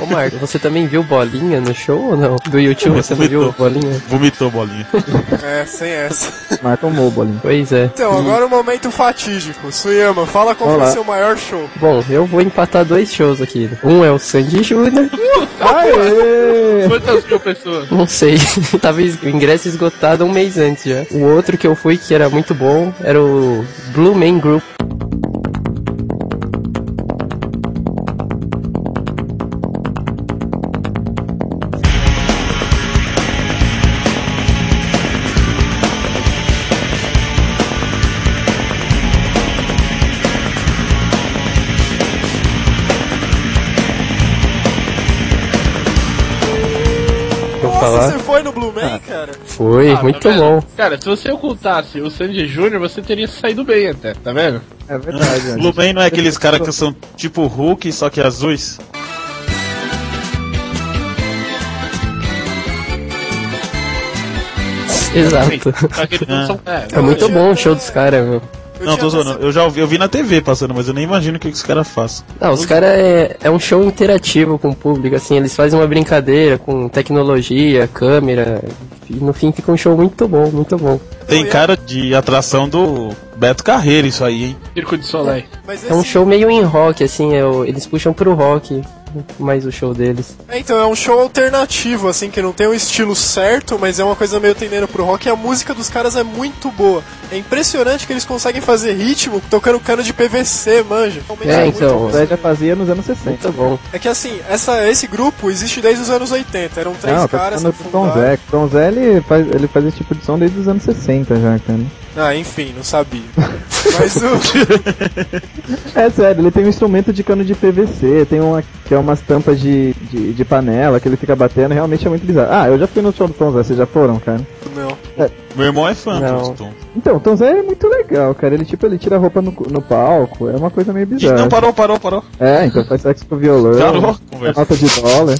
Speaker 6: Ô, Marco, você também viu bolinha no show ou não? Do YouTube você não viu bolinha?
Speaker 3: Vomitou bolinha.
Speaker 2: É, sem essa.
Speaker 5: Marca um o Mobolin.
Speaker 6: Pois é.
Speaker 2: Então, agora o momento fatídico. Suyama, fala qual foi
Speaker 5: Olá.
Speaker 2: o seu maior show.
Speaker 6: Bom, eu vou empatar dois shows aqui. Um é o Sandy Júnior,
Speaker 5: Aê!
Speaker 4: Quantas mil pessoas?
Speaker 6: não sei. Tava es- o ingresso esgotado um mês antes já. O outro que eu fui que era muito bom era o Blue Man Group. Vou
Speaker 2: Nossa,
Speaker 6: falar.
Speaker 2: você foi no Blue
Speaker 3: Ah.
Speaker 2: Man, cara?
Speaker 6: Foi,
Speaker 4: Ah,
Speaker 6: muito
Speaker 4: tá vendo?
Speaker 6: bom.
Speaker 4: Cara, se você ocultasse o Sandy Júnior, você teria saído bem até, tá vendo?
Speaker 5: É verdade, mano.
Speaker 3: Blue Man não é aqueles caras que são tipo Hulk, só que azuis?
Speaker 6: Exato.
Speaker 4: Só que eles não são. É,
Speaker 6: É muito bom o show dos caras, meu.
Speaker 2: Eu
Speaker 3: não,
Speaker 2: tinha
Speaker 3: tô zoando. Eu já ouvi, eu vi na TV passando, mas eu nem imagino o que, que os caras fazem.
Speaker 6: Não, os caras é, é um show interativo com o público, assim, eles fazem uma brincadeira com tecnologia, câmera, e no fim fica um show muito bom, muito bom.
Speaker 3: Tem cara de atração do Beto Carreira, isso aí, hein?
Speaker 4: um Circo de Soleil.
Speaker 2: Mas
Speaker 6: É um
Speaker 2: esse...
Speaker 6: show meio em rock, assim, é o- eles puxam pro rock mais o show deles.
Speaker 2: é, Então, é um show alternativo, assim, que não tem um estilo certo, mas é uma coisa meio tendendo pro rock. E a música dos caras é muito boa. É impressionante que eles conseguem fazer ritmo tocando cano de PVC, manja. Realmente
Speaker 6: É,
Speaker 2: muito
Speaker 6: então,
Speaker 2: bom.
Speaker 5: Isso aí já fazia nos anos 60.
Speaker 6: Muito bom.
Speaker 2: É que assim, essa, esse grupo existe desde os anos 80. Eram três
Speaker 5: Não, tá
Speaker 2: caras
Speaker 5: falando
Speaker 2: que
Speaker 5: do Tom
Speaker 2: fundaram.
Speaker 5: Zé. que Tom Zé, ele faz, ele faz esse tipo de som desde os anos 60 já, cara.
Speaker 2: Ah, enfim, não sabia. Mas o.
Speaker 5: É sério, ele tem um instrumento de cano de PVC, tem uma que é umas tampas de, de, de panela que ele fica batendo, realmente é muito bizarro. Ah, eu já fui no show do Tom Zé, vocês já foram, cara?
Speaker 2: Não.
Speaker 3: Meu irmão é fã
Speaker 6: Não.
Speaker 3: do Tom.
Speaker 5: Então, o Tom Zé é muito legal, cara. Ele tipo, ele tira a roupa no, cu- no palco, é uma coisa meio
Speaker 3: Ih,
Speaker 5: bizarra.
Speaker 3: Não, Tá parou, parou, parou.
Speaker 5: É, então faz sexo com violão,
Speaker 3: Parou,
Speaker 5: é
Speaker 3: conversa.
Speaker 5: nota de dólar.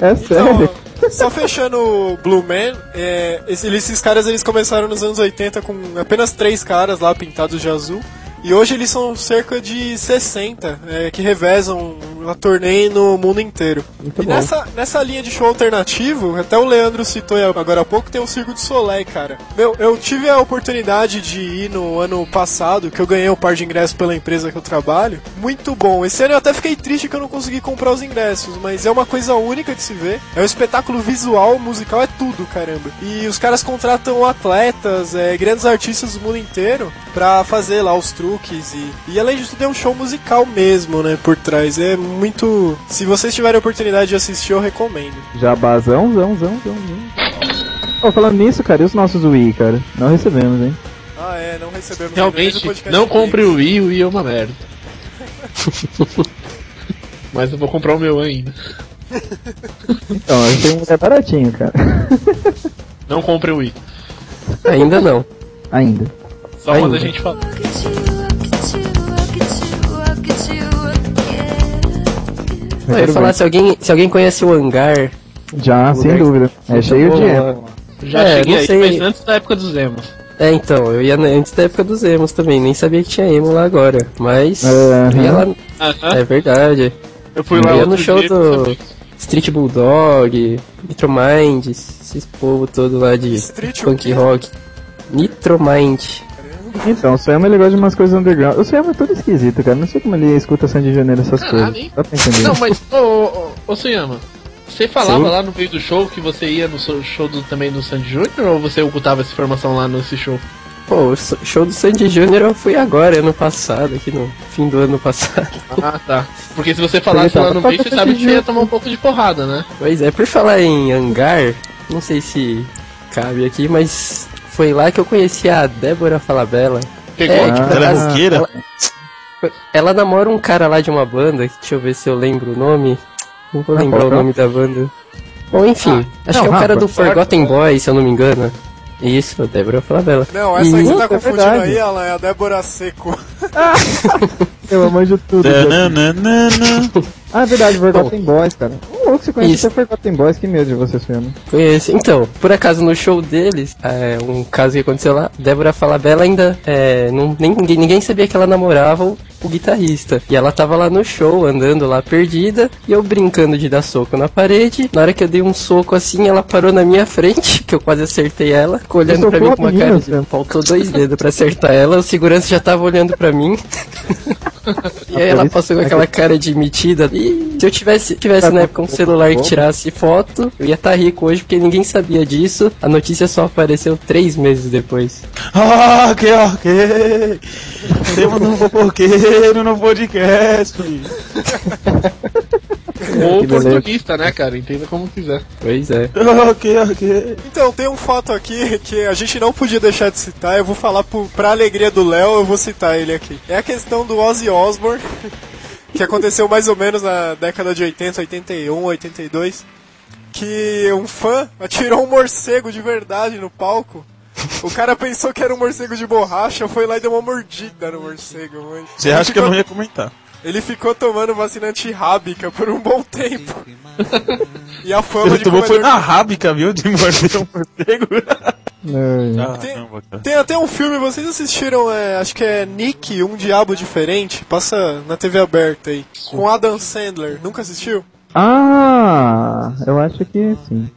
Speaker 5: é sério.
Speaker 2: Então, só fechando o Blue Man, é, esse- eles- esses caras eles começaram nos anos 80 com apenas três caras lá pintados de azul. E hoje eles são cerca de 60, é, que revezam a turnê no mundo inteiro. e
Speaker 5: bom.
Speaker 2: nessa, nessa linha de show alternativo, até o Leandro citou agora há pouco, tem o Circo de Soleil, cara. Meu, eu tive a oportunidade de ir no ano passado, que eu ganhei um par de ingressos pela empresa que eu trabalho. Muito bom. Esse ano eu até fiquei triste que eu não consegui comprar os ingressos, mas é uma coisa única de se ver. É um espetáculo visual, musical, é tudo, caramba. E os caras contratam atletas, é, grandes artistas do mundo inteiro pra fazer lá os truques e, e além de tudo é um show musical mesmo, né, por trás. É muito... Se vocês tiverem a oportunidade de assistir, eu recomendo.
Speaker 5: Jabazão, zão, zão, zão. zão. Ô, falando nisso, cara, e os nossos Wii, cara? Não recebemos, hein?
Speaker 2: Ah, é, não recebemos...
Speaker 4: Realmente, não compre o Wii, o Wii é uma merda. Mas eu vou comprar o meu ainda.
Speaker 5: Então, eu tenho um que é baratinho, cara.
Speaker 4: Não compre o Wii.
Speaker 6: Ainda não.
Speaker 5: Ainda.
Speaker 4: Só
Speaker 6: Ainda.
Speaker 4: quando a gente fala.
Speaker 6: Eu ia falar, se alguém, se alguém conhece o hangar.
Speaker 5: Já, sem dúvida. É cheio de emo.
Speaker 4: Já
Speaker 6: É,
Speaker 4: cheguei
Speaker 6: não
Speaker 4: aí,
Speaker 6: sei.
Speaker 4: mas antes da época dos emos.
Speaker 6: É, então, eu ia na- antes da época dos emos também, nem sabia que tinha emo lá agora. Mas. eu ia lá-
Speaker 4: Ah.
Speaker 6: É verdade.
Speaker 4: Eu fui
Speaker 6: eu
Speaker 4: lá
Speaker 6: ia no
Speaker 4: outro
Speaker 6: show
Speaker 4: dia,
Speaker 6: do Street Bulldog, Nitromind, esses povo todo lá de
Speaker 2: Street o
Speaker 6: punk
Speaker 2: quê?
Speaker 6: rock. Nitromind.
Speaker 5: Então, o Sam ele gosta de umas coisas underground. O Sam é todo esquisito, cara. Não sei como ele escuta Sandy de Janeiro essas
Speaker 4: Caralho,
Speaker 5: coisas.
Speaker 4: hein?
Speaker 5: Dá pra entender.
Speaker 4: Não, mas, ô, ô, ô, ô Suyama, você falava
Speaker 5: Sim.
Speaker 4: lá no meio do show que você ia no so- show do, também do Sandy Júnior ou você ocultava essa informação lá nesse show?
Speaker 6: Pô, o so- show do Sandy Júnior eu fui agora, ano passado, aqui no fim do ano passado.
Speaker 4: Ah, tá. Porque se você falasse
Speaker 6: Porque
Speaker 4: lá no
Speaker 6: tava-
Speaker 4: meio, você sabe que você ia tomar um pouco de porrada, né?
Speaker 6: Pois é, por falar em hangar, não sei se cabe aqui, mas foi lá que eu conheci a Débora Falabella.
Speaker 4: Pegou?
Speaker 6: É,
Speaker 5: Ah.
Speaker 3: Ela é
Speaker 6: as-
Speaker 3: roqueira?
Speaker 6: Ela namora um cara lá de uma banda, que deixa eu ver se eu lembro o nome. Não vou
Speaker 5: Ah,
Speaker 6: lembrar o
Speaker 5: Rafa.
Speaker 6: nome da banda. Bom, enfim, acho que
Speaker 5: não,
Speaker 6: é o cara
Speaker 5: Rafa,
Speaker 6: do Forgotten Boy, se eu não me engano. Isso, Débora Falabella.
Speaker 2: Não, essa aí
Speaker 6: E-
Speaker 2: você
Speaker 4: Uhum,
Speaker 2: tá
Speaker 5: é
Speaker 2: confundindo
Speaker 5: verdade.
Speaker 2: aí, Alan, é a Débora Seco.
Speaker 5: Eu manjo tudo.
Speaker 3: né?
Speaker 5: cara.
Speaker 3: Tananana.
Speaker 5: Ah, é verdade, Forgotten Boys, cara. Um louco que você conhece é Forgotten Boys, que medo de você, Sam.
Speaker 6: Conheço. Então, por acaso no show deles, é, um caso que aconteceu lá, Débora Falabella ainda é, não, nem, ninguém, ninguém sabia que ela namorava o, o guitarrista. E ela tava lá no show, andando lá perdida, e eu brincando de dar soco na parede. Na hora que eu dei um soco assim, ela parou na minha frente, que eu quase acertei ela, ficou olhando
Speaker 5: Você
Speaker 6: pra mim
Speaker 5: socou
Speaker 6: com
Speaker 5: a
Speaker 6: uma
Speaker 5: menina,
Speaker 6: cara de.
Speaker 5: Sam?
Speaker 6: Faltou dois dedos pra acertar ela, o segurança já tava olhando pra mim. E aí ela passou com aquela cara de metida. E se eu tivesse, tivesse na época um celular que tirasse foto, eu ia estar rico hoje, porque ninguém sabia disso. A notícia só apareceu três meses depois.
Speaker 3: Ah, que ok! Temos um fofoqueiro no podcast!
Speaker 4: Ou oportunista, né, cara? Entenda como quiser.
Speaker 6: Pois é.
Speaker 3: Ok, ok.
Speaker 2: Então, tem um fato aqui que a gente não podia deixar de citar, eu vou falar pro, pra alegria do Léo, eu vou citar ele aqui. É a questão do Ozzy Osbourne, que aconteceu mais ou menos na década de 80, 81, 82, que um fã atirou um morcego de verdade no palco. O cara pensou que era um morcego de borracha, foi lá e deu uma mordida no morcego. Mas
Speaker 3: Você
Speaker 2: ele
Speaker 3: acha que eu
Speaker 2: ficou-
Speaker 3: não ia comentar?
Speaker 2: Ele ficou tomando vacina antirrábica por um bom tempo. E a fama
Speaker 3: Ele
Speaker 2: de
Speaker 3: tomou foi
Speaker 2: comedor
Speaker 3: na rábica, viu? De morder um morcego. Tá.
Speaker 5: Não,
Speaker 3: Caramba, cara.
Speaker 2: Tem até um filme, vocês assistiram, é, acho que é Nick, Um Diabo Diferente, passa na TV aberta aí, com Adam Sandler, nunca assistiu?
Speaker 5: Ah, eu acho que sim.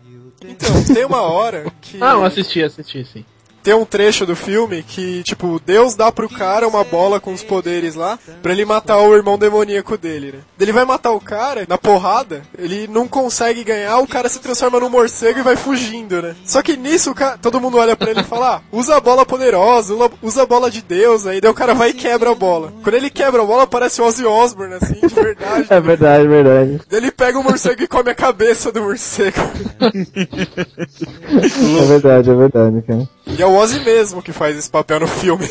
Speaker 2: Então, tem uma hora que
Speaker 4: Ah, eu assisti, assisti, sim.
Speaker 2: tem um trecho do filme que, tipo, Deus dá pro cara uma bola com os poderes lá, pra ele matar o irmão demoníaco dele, né? Ele vai matar o cara, na porrada, ele não consegue ganhar, o cara se transforma num morcego e vai fugindo, né? Só que nisso o cara, todo mundo olha pra ele e fala, ah, usa a bola poderosa, ula- usa a bola de Deus, aí daí o cara vai e quebra a bola. Quando ele quebra a bola, parece o Ozzy Osbourne, assim, de verdade.
Speaker 5: É verdade, é verdade.
Speaker 2: Daí Ele pega o morcego e come a cabeça do morcego.
Speaker 5: É verdade, é verdade, cara.
Speaker 2: E é o Ozzy mesmo que faz esse papel no filme.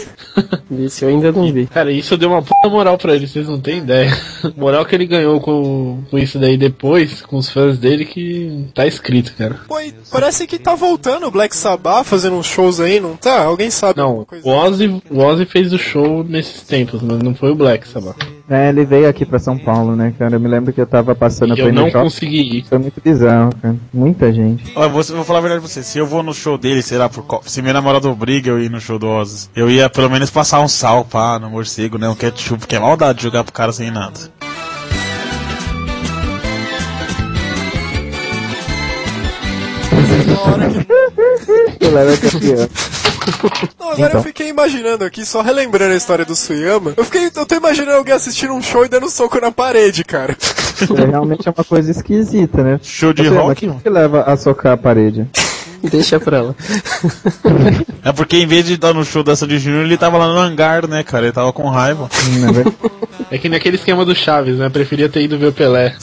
Speaker 6: Isso eu ainda não vi.
Speaker 4: Cara, isso deu uma puta moral pra ele, vocês não têm ideia. Moral que ele ganhou com, com isso daí depois, com os fãs dele, que tá escrito, cara.
Speaker 2: Pô, e parece que tá voltando o Black Sabbath fazendo uns shows aí, não tá? Alguém sabe?
Speaker 4: Não,
Speaker 2: alguma coisa?
Speaker 4: o Ozzy, o Ozzy fez o show nesses tempos, mas não foi o Black Sabbath.
Speaker 5: É, ele veio aqui pra São Paulo, né, cara? Eu me lembro que eu tava passando
Speaker 4: E eu
Speaker 5: ele
Speaker 4: não
Speaker 5: no shopping.
Speaker 4: consegui ir.
Speaker 5: Foi muito bizarro, cara. Muita gente.
Speaker 3: Olha, vou, vou falar a verdade pra você. Se eu vou no show dele, sei lá, por, qual- se minha namorada obriga eu ir no show do Ozzy, eu ia pelo menos passar um sal, pá, no morcego, né? Um ketchup, porque é maldade jogar pro cara sem nada.
Speaker 5: O Léo é campeão.
Speaker 2: Não, agora
Speaker 5: Então.
Speaker 2: eu fiquei imaginando aqui, só relembrando a história do Suyama. Eu fiquei. Eu tô imaginando alguém assistindo um show e dando soco na parede, cara.
Speaker 5: É, realmente é uma coisa esquisita, né?
Speaker 3: Show de
Speaker 5: Você lembra,
Speaker 3: rock,
Speaker 5: quem que leva a socar a parede?
Speaker 6: Deixa pra lá.
Speaker 3: É porque em vez de estar no show dessa de Junior, ele tava lá no hangar, né, cara? Ele tava com raiva.
Speaker 5: Não é verdade?
Speaker 4: É que naquele esquema do Chaves, né? Preferia ter ido ver o Pelé.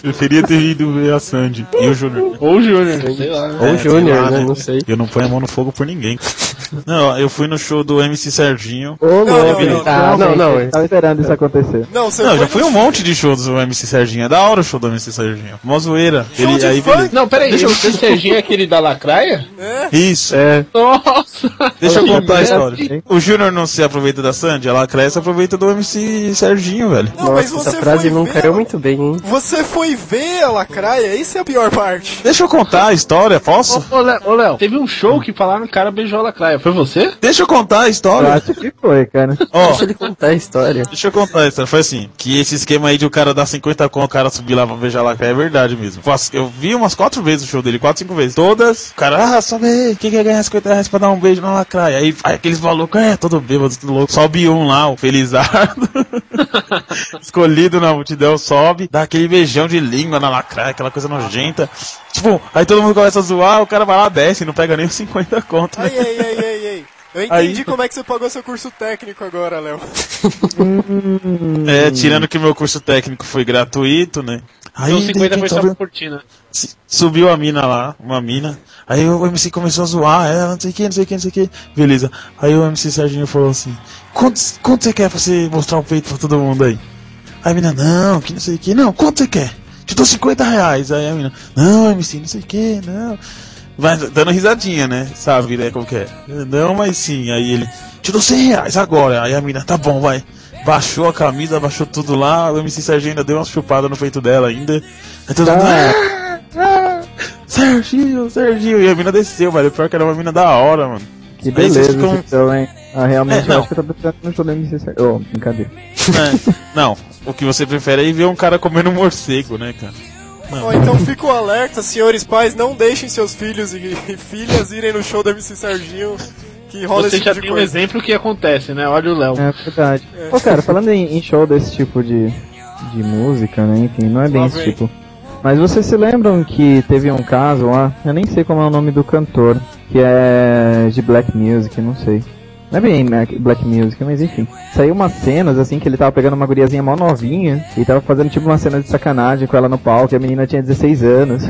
Speaker 3: Preferia ter ido ver a Sandy e o Junior.
Speaker 4: Ou o Júnior, sei lá.
Speaker 6: Ou
Speaker 3: É,
Speaker 6: o Júnior,
Speaker 3: sei lá,
Speaker 6: né?
Speaker 3: né?
Speaker 6: Não sei.
Speaker 3: Eu não ponho a mão no fogo por ninguém. Não, eu fui no show do MC Serginho.
Speaker 5: Ô, louco,
Speaker 2: não, não,
Speaker 5: gente,
Speaker 2: não.
Speaker 5: realmente,
Speaker 6: Ah, não, não,
Speaker 5: eu Tava esperando isso acontecer.
Speaker 2: Não, você
Speaker 3: Não,
Speaker 2: foi
Speaker 3: já fui
Speaker 2: no
Speaker 3: um monte de shows do MC Serginho. É da hora o show do MC Serginho. Mó zoeira.
Speaker 2: show de
Speaker 3: beleza.
Speaker 2: funk,
Speaker 4: Não, peraí, deixa eu ver. O Serginho é aquele da lacraia?
Speaker 2: né?
Speaker 3: Isso.
Speaker 5: É,
Speaker 4: Nossa!
Speaker 3: Deixa eu
Speaker 5: Olha,
Speaker 3: contar a
Speaker 5: é
Speaker 3: história.
Speaker 5: assim.
Speaker 3: O Júnior não se aproveita da Sandy, ela cresce e aproveita do MC Serginho, velho.
Speaker 2: Não, mas
Speaker 6: Nossa,
Speaker 2: você
Speaker 6: essa frase
Speaker 2: foi
Speaker 6: não
Speaker 2: ver,
Speaker 6: caiu muito bem, hein?
Speaker 2: Você foi ver a lacraia, isso é a pior parte.
Speaker 3: Deixa eu contar a história, posso?
Speaker 4: Ô, ô, Léo, ô, Léo, teve um show que falaram que o cara beijou a lacraia. Foi você?
Speaker 3: Deixa eu contar a
Speaker 5: eu
Speaker 3: história.
Speaker 5: acho que foi, cara.
Speaker 3: Ó,
Speaker 6: Deixa ele contar a história.
Speaker 3: Deixa eu contar a história. Foi assim: que esse esquema aí de o cara dar 50 com o cara subir lá pra beijar lá, é verdade mesmo. Faz- Eu vi umas quatro vezes o show dele, quatro, cinco vezes. Todas, o cara, ah, sobe aí, quem quer ganhar 50 reais pra dar um beijo na lacraia? Aí, aí aqueles malucos, é, todo bêbado, todo louco. Sobe um lá, o Felizardo. Escolhido na multidão, sobe, dá aquele beijão de língua na lacraia, aquela coisa nojenta. Tipo, aí todo mundo começa a zoar, o cara vai lá, desce, não pega nem os 50 conto. né?
Speaker 2: Ai, ai, ai, ai, ai. Eu
Speaker 3: Aí-
Speaker 2: entendi como é que você pagou seu curso técnico agora, Léo.
Speaker 3: É, tirando que meu curso técnico foi gratuito, né? Aí,
Speaker 4: Deu
Speaker 3: de
Speaker 4: 50 Então, foi
Speaker 3: repente,
Speaker 4: só
Speaker 3: sobe-
Speaker 4: pra cortina.
Speaker 3: S- Subiu a mina lá, uma mina. Aí o MC começou a zoar, ela não sei o que, não sei o que, não sei o que. Beleza. Aí o MC Serginho falou assim: quanto, quanto você quer pra você mostrar o peito pra todo mundo aí? Aí a mina, não, que não sei o que, não, quanto você quer? Te dou 50 reais. Aí a mina, não, MC, não sei o que, não. Vai dando risadinha, né? Sabe, né? Como que é? Não, mas sim. Aí ele, te dou 100 reais agora. Aí a mina, tá bom, vai. Baixou a camisa, baixou tudo lá. O MC Serginho ainda deu uma chupada no peito dela ainda. Aí todo mundo, "Ah, ah, Serginho, Serginho. E a mina desceu, velho. Pior é que era uma mina da hora, mano.
Speaker 5: Que
Speaker 3: Aí vocês
Speaker 5: beleza,
Speaker 3: ficam-
Speaker 5: então, hein? Ah, realmente,
Speaker 3: É, não.
Speaker 5: eu acho que eu tô pensando no show do MC Ser- Ô, brincadeira.
Speaker 3: É, Não, o que você prefere é ver um cara comendo um morcego, né, cara?
Speaker 2: Ó, então fica o alerta, senhores pais, não deixem seus filhos e, e filhas irem no show do MC Serginho, que rola
Speaker 4: Você
Speaker 2: esse tipo
Speaker 4: já
Speaker 2: de
Speaker 4: tem um
Speaker 2: coisa.
Speaker 4: exemplo que acontece, né? Olha o Léo.
Speaker 5: É verdade. Ô, cara, falando em, em show desse tipo de, de música, né? Enfim, não é bem
Speaker 2: Lá
Speaker 5: esse
Speaker 2: vem.
Speaker 5: tipo. Mas vocês se lembram que teve um caso lá, eu nem sei como é o nome do cantor, que é de black music, não sei. Não é bem ma- black music, mas enfim. Saiu umas cenas assim que ele tava pegando uma guriazinha mó novinha e tava fazendo tipo uma cena de sacanagem com ela no palco e a menina tinha 16 anos.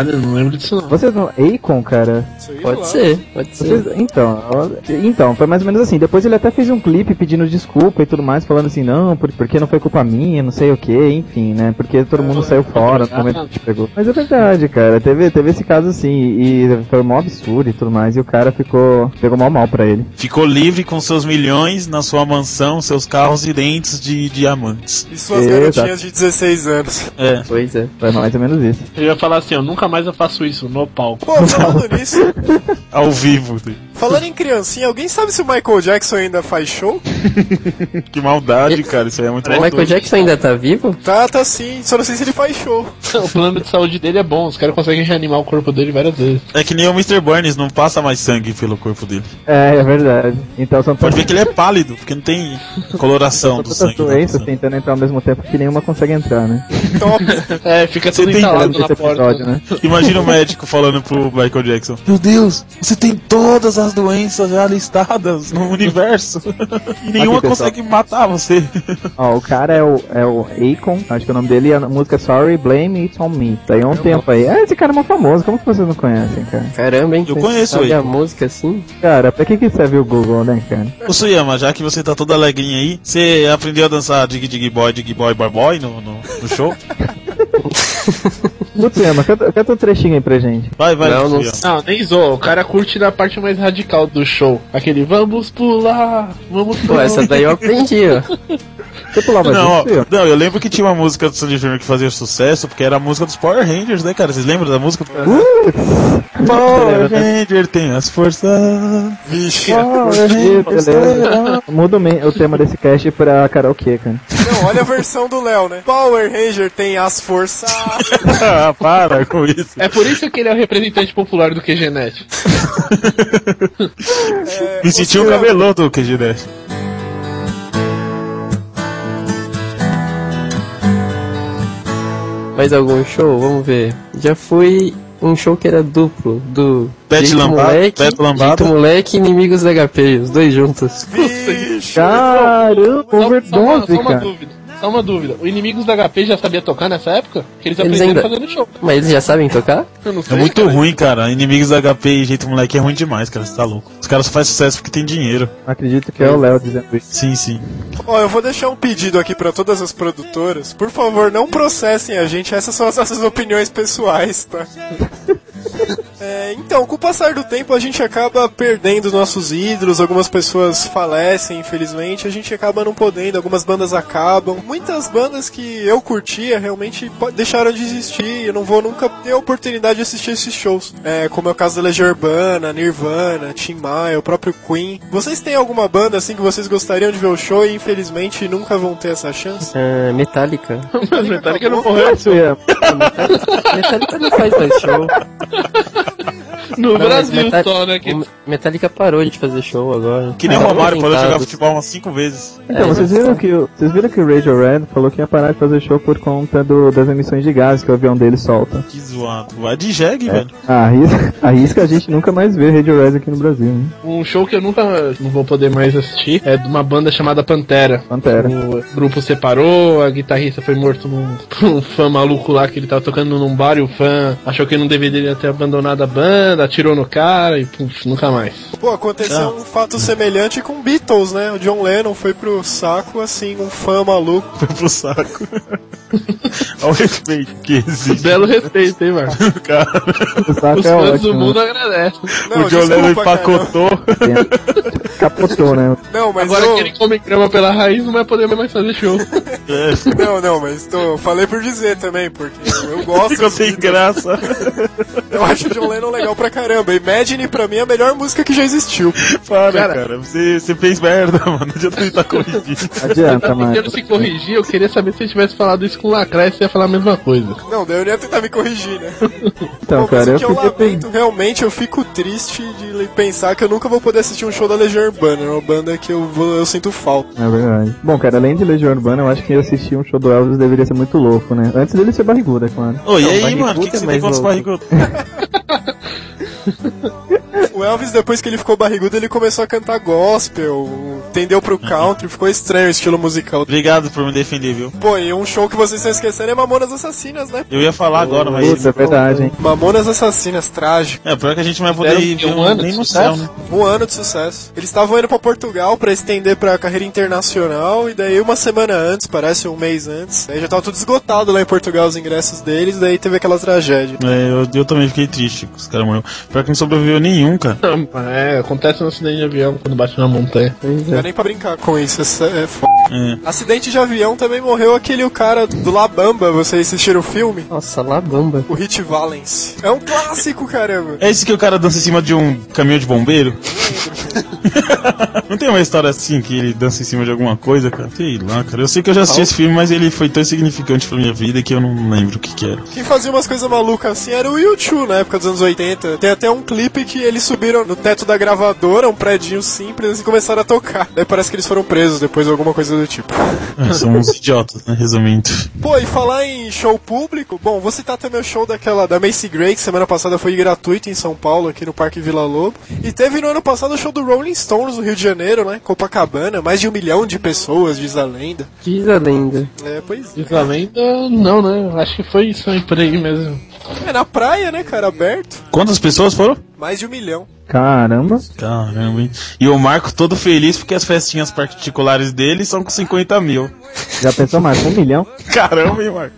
Speaker 4: Eu não lembro disso, não.
Speaker 5: Vocês não. Akon, cara?
Speaker 2: Sei lá.
Speaker 6: Pode ser, pode ser.
Speaker 5: Vocês- então, ó, então, foi mais ou menos assim. Depois ele até fez um clipe pedindo desculpa e tudo mais, falando assim, não, por- porque não foi culpa minha, não sei o que, enfim, né? Porque todo mundo saiu fora no momento que te pegou. Mas é verdade, cara, teve, teve esse caso assim, e foi mó absurdo e tudo mais, e o cara ficou. pegou mal mal pra ele.
Speaker 3: Ficou livre com seus milhões na sua mansão, seus carros e dentes de diamantes.
Speaker 2: E suas
Speaker 5: Exato.
Speaker 2: garotinhas de 16 anos.
Speaker 3: É.
Speaker 6: Pois é.
Speaker 5: Foi mais ou menos isso.
Speaker 4: Eu ia falar assim, eu nunca mais eu faço isso no palco.
Speaker 2: Pô, falando nisso,
Speaker 3: Ao vivo.
Speaker 2: falando em criancinha, alguém sabe se o Michael Jackson ainda faz show?
Speaker 3: Que maldade, cara. Isso aí é muito
Speaker 6: O Michael Jackson ainda tá vivo?
Speaker 2: Tá, tá sim, só não sei se ele faz show.
Speaker 4: O plano de saúde dele é bom, os caras conseguem reanimar o corpo dele várias vezes.
Speaker 3: É que nem o Mr. Burns, não passa mais sangue pelo corpo dele.
Speaker 5: É, é verdade. Então são
Speaker 3: Pode
Speaker 5: tantas,
Speaker 3: ver que ele é pálido, porque não tem coloração do
Speaker 5: são tantas
Speaker 3: sangue.
Speaker 5: doenças
Speaker 3: né?
Speaker 5: tentando entrar ao mesmo tempo que nenhuma consegue entrar, né?
Speaker 2: Top.
Speaker 4: É, fica
Speaker 3: Você
Speaker 4: tudo
Speaker 3: tem
Speaker 4: entalado
Speaker 5: Lembra
Speaker 4: na
Speaker 5: desse episódio,
Speaker 4: porta.
Speaker 5: né?
Speaker 3: Imagina o médico falando pro Michael Jackson: Meu Deus, você tem todas as doenças já listadas no universo. E nenhuma
Speaker 5: pessoal.
Speaker 3: consegue matar você.
Speaker 5: Ó, o cara é o, é o Akon, acho que é o nome dele, e a música é Sorry, Blame It On Me. Daí há um tempo aí. É, esse cara é mó famoso, como que vocês não conhecem, cara?
Speaker 6: Caramba, hein?
Speaker 3: Eu
Speaker 6: Você
Speaker 3: conheço
Speaker 6: sabe
Speaker 3: ele.
Speaker 6: a música assim?
Speaker 5: Cara, pra que que serve o Google, né, cara?
Speaker 3: Ô Suyama, já que você tá toda alegrinha aí, você aprendeu a dançar Dig Dig Boy, Dig Boy Boy Boy no, no, no show?
Speaker 5: Luciano, canta, canta um trechinho aí pra gente.
Speaker 3: Vai, vai,
Speaker 6: Não, não
Speaker 3: Suyama.
Speaker 4: Não, nem zoa, o cara curte da parte mais radical do show. Aquele, vamos pular, vamos
Speaker 6: Pô,
Speaker 4: pular.
Speaker 6: essa daí eu aprendi, ó.
Speaker 5: Você pulava
Speaker 3: não, ó,
Speaker 5: junto? Eu?
Speaker 3: não, eu lembro que tinha uma música do Sandy Jr. que fazia sucesso, porque era a música dos Power Rangers, né, cara? Vocês lembram da música?
Speaker 6: Uhum.
Speaker 3: Power
Speaker 6: né?
Speaker 3: Ranger tem as forças.
Speaker 7: Vixe.
Speaker 5: Ah, Beleza. Muda o me- o tema desse cast pra karaokê, cara.
Speaker 2: Não, olha a versão do Léo, né? Power Ranger tem as forças.
Speaker 3: ah, para com isso.
Speaker 11: É por isso que ele é o representante popular do QGNet.
Speaker 2: É,
Speaker 3: Me senti um
Speaker 2: Luciano,
Speaker 3: cabelão do QG10.
Speaker 6: Mais algum show? Vamos ver. Já foi um show que era duplo, do
Speaker 3: Pet
Speaker 6: Jeito
Speaker 3: Lambada-
Speaker 6: Moleque,
Speaker 3: Pet Lambada.
Speaker 6: Jeito Moleque e Inimigos da HP, os dois juntos.
Speaker 2: Vixe.
Speaker 5: Caramba,
Speaker 11: só, uma, só
Speaker 5: overdose,
Speaker 11: uma
Speaker 5: cara.
Speaker 11: dúvida. Só uma dúvida. O Inimigos da HP já sabia tocar nessa época? Porque eles
Speaker 6: Eles
Speaker 11: aprenderam
Speaker 6: ainda-
Speaker 11: fazendo show.
Speaker 6: Mas eles já sabem tocar?
Speaker 11: Eu não sei.
Speaker 3: É muito
Speaker 11: cara.
Speaker 3: ruim, cara. Inimigos da HP e jeito moleque é ruim demais, cara. Você tá louco. Os caras só fazem sucesso porque tem dinheiro.
Speaker 5: Acredito que é o Léo dizendo isso.
Speaker 3: Sim, sim.
Speaker 2: Ó, eu vou deixar um pedido aqui pra todas as produtoras. Por favor, não processem a gente, essas são as nossas opiniões pessoais, tá? É, então, com o passar do tempo, a gente acaba perdendo nossos ídolos, algumas pessoas falecem, infelizmente, a gente acaba não podendo, algumas bandas acabam. Muitas bandas que eu curtia realmente po- deixaram de existir, eu não vou nunca ter a oportunidade de assistir esses shows. É, como é o caso da Legião Urbana, Nirvana, Tim Maia, o próprio Queen. Vocês têm alguma banda assim que vocês gostariam de ver o show e infelizmente nunca vão ter essa chance?
Speaker 6: Ah, Metallica.
Speaker 11: Mas É, Metallica não morreu.
Speaker 5: Isso é-
Speaker 6: Metallica não faz mais show.
Speaker 11: No
Speaker 6: Não, mas
Speaker 11: Brasil
Speaker 6: Metal-
Speaker 11: só, né? Que...
Speaker 6: o Metallica parou de fazer show agora.
Speaker 3: Que nem o
Speaker 6: Tá
Speaker 3: Romário parou de jogar
Speaker 6: inventado.
Speaker 3: futebol umas cinco vezes.
Speaker 11: É,
Speaker 5: Então, vocês viram que o, vocês viram que o Radio Red falou que ia parar de fazer show por conta do- das emissões de gases que o avião dele solta.
Speaker 3: Que zoado. Vai de
Speaker 6: É.
Speaker 3: jegue, velho.
Speaker 5: Ah, isso- a risca a gente nunca mais vê Radio Red aqui no Brasil, né?
Speaker 11: Um show que eu nunca não vou poder mais assistir é de uma banda chamada Pantera.
Speaker 5: Pantera.
Speaker 11: O grupo separou, a guitarrista foi morto num, por um fã maluco lá que ele tava tocando num bar e o fã achou que não deveria ter abandonado a banda, atirou no cara e puf, nunca mais.
Speaker 2: Pô, aconteceu um fato semelhante com Beatles, né? O John Lennon foi pro saco, assim, um fã maluco.
Speaker 3: Foi pro saco. Olha o respeito que existe,
Speaker 11: Belo respeito, hein, mano?
Speaker 3: cara.
Speaker 5: O
Speaker 6: Tá
Speaker 5: saco
Speaker 11: Os
Speaker 5: é
Speaker 11: fãs do
Speaker 5: ótimo.
Speaker 11: mundo agradecem.
Speaker 3: o John Lennon
Speaker 2: desculpa, cara,
Speaker 3: empacotou.
Speaker 5: né? Capotou, né?
Speaker 2: Não, não, mas
Speaker 11: Agora
Speaker 2: eu-
Speaker 11: que ele come grama pela raiz, não vai poder mais fazer show.
Speaker 3: É,
Speaker 2: Não, não, mas tô... falei por dizer também, porque eu gosto.
Speaker 3: ficou
Speaker 2: dos
Speaker 3: sem
Speaker 2: Beatles.
Speaker 3: graça.
Speaker 2: Eu acho o John Lennon legal pra caramba. Imagine pra mim é a melhor música que já existiu.
Speaker 3: Para, cara. Você, você fez merda, mano. Não adianta tentar corrigir.
Speaker 5: Adianta, mano.
Speaker 11: Tentando se corrigir, eu queria saber se eu tivesse falado isso com o Lacraia, se ia falar a mesma coisa.
Speaker 2: Não, daí eu ia tentar me corrigir, né?
Speaker 5: Então,
Speaker 2: Bom, mas
Speaker 5: cara,
Speaker 2: o
Speaker 5: eu
Speaker 2: que eu
Speaker 5: fiquei
Speaker 2: lamento, realmente, eu fico triste de pensar que eu nunca vou poder assistir um show da Legião Urbana. É uma banda que eu, vou, eu sinto falta.
Speaker 5: É verdade. Bom, cara, além de Legião Urbana, eu acho que assistir um show do Elvis deveria ser muito louco, né? Antes dele ser barrigudo, é claro.
Speaker 3: Ô, e
Speaker 6: Não,
Speaker 3: aí,
Speaker 6: barrigudo
Speaker 3: mano? O que, que
Speaker 6: é
Speaker 3: você tem
Speaker 6: mais
Speaker 3: contra os
Speaker 6: louco.
Speaker 3: barrigudos?
Speaker 2: O Elvis, depois que ele ficou barrigudo, ele começou a cantar gospel, tendeu pro country, ficou estranho o estilo musical.
Speaker 3: Obrigado por me defender, viu?
Speaker 2: Pô, e um show que vocês estão esquecendo é Mamonas Assassinas, né?
Speaker 3: Eu ia falar agora, mas.
Speaker 5: Putz, é verdade, hein?
Speaker 2: Mamonas Assassinas, trágico.
Speaker 3: É, pior que a gente não vai poder
Speaker 11: Deram
Speaker 3: ir ver
Speaker 11: um
Speaker 3: um-
Speaker 11: ano
Speaker 3: nem
Speaker 11: de
Speaker 3: no céu,
Speaker 11: sucesso?
Speaker 3: né?
Speaker 2: Um ano de sucesso. Eles estavam indo pra Portugal pra estender pra carreira internacional e daí uma semana antes, parece um mês antes, aí já tava tudo esgotado lá em Portugal os ingressos deles, daí teve aquela tragédia.
Speaker 3: É, eu, eu também fiquei triste que os caras morreram. Pior que não sobreviveu nenhum, cara.
Speaker 11: É, acontece um acidente de avião quando bate na montanha.
Speaker 5: Pois
Speaker 2: Não
Speaker 5: é.
Speaker 2: é nem pra brincar com isso, isso é f...
Speaker 3: É.
Speaker 2: Acidente de avião também morreu aquele o cara do Labamba, vocês assistiram o filme?
Speaker 6: Nossa, Labamba.
Speaker 2: O Hit Valence. É um clássico, caramba.
Speaker 3: É esse que o cara dança em cima de um caminhão de bombeiro? não tem uma história assim que ele dança em cima de alguma coisa, cara? Sei lá, cara. Eu sei que eu já assisti esse filme, mas ele foi tão insignificante pra minha vida que eu não lembro o que que era.
Speaker 2: Quem fazia umas coisas malucas assim era o YouTube na época dos anos 80. Tem até um clipe que eles subiram no teto da gravadora, um prédio simples, e começaram a tocar. Daí parece que eles foram presos depois, alguma coisa do tipo.
Speaker 3: É, são uns idiotas, né? Resumindo.
Speaker 2: Pô, e falar em show público, bom, vou citar também o show daquela da Macy Gray, que semana passada foi gratuito em São Paulo, aqui no Parque Vila Lobo. E teve no ano passado o show do Rolling Stones no Rio de Janeiro, né? Copacabana, mais de um milhão de pessoas, diz a lenda.
Speaker 6: Diz a lenda.
Speaker 2: É, pois
Speaker 11: Diz a lenda, não, né? Acho que foi isso aí por aí mesmo.
Speaker 2: é. É na praia, né, cara? Aberto.
Speaker 3: Quantas pessoas foram?
Speaker 2: Mais de um milhão.
Speaker 5: Caramba.
Speaker 3: Caramba, hein? E o Marco todo feliz porque as festinhas particulares dele são com 50 mil.
Speaker 5: Já pensou, Marco? Um milhão?
Speaker 3: Caramba, hein, Marco?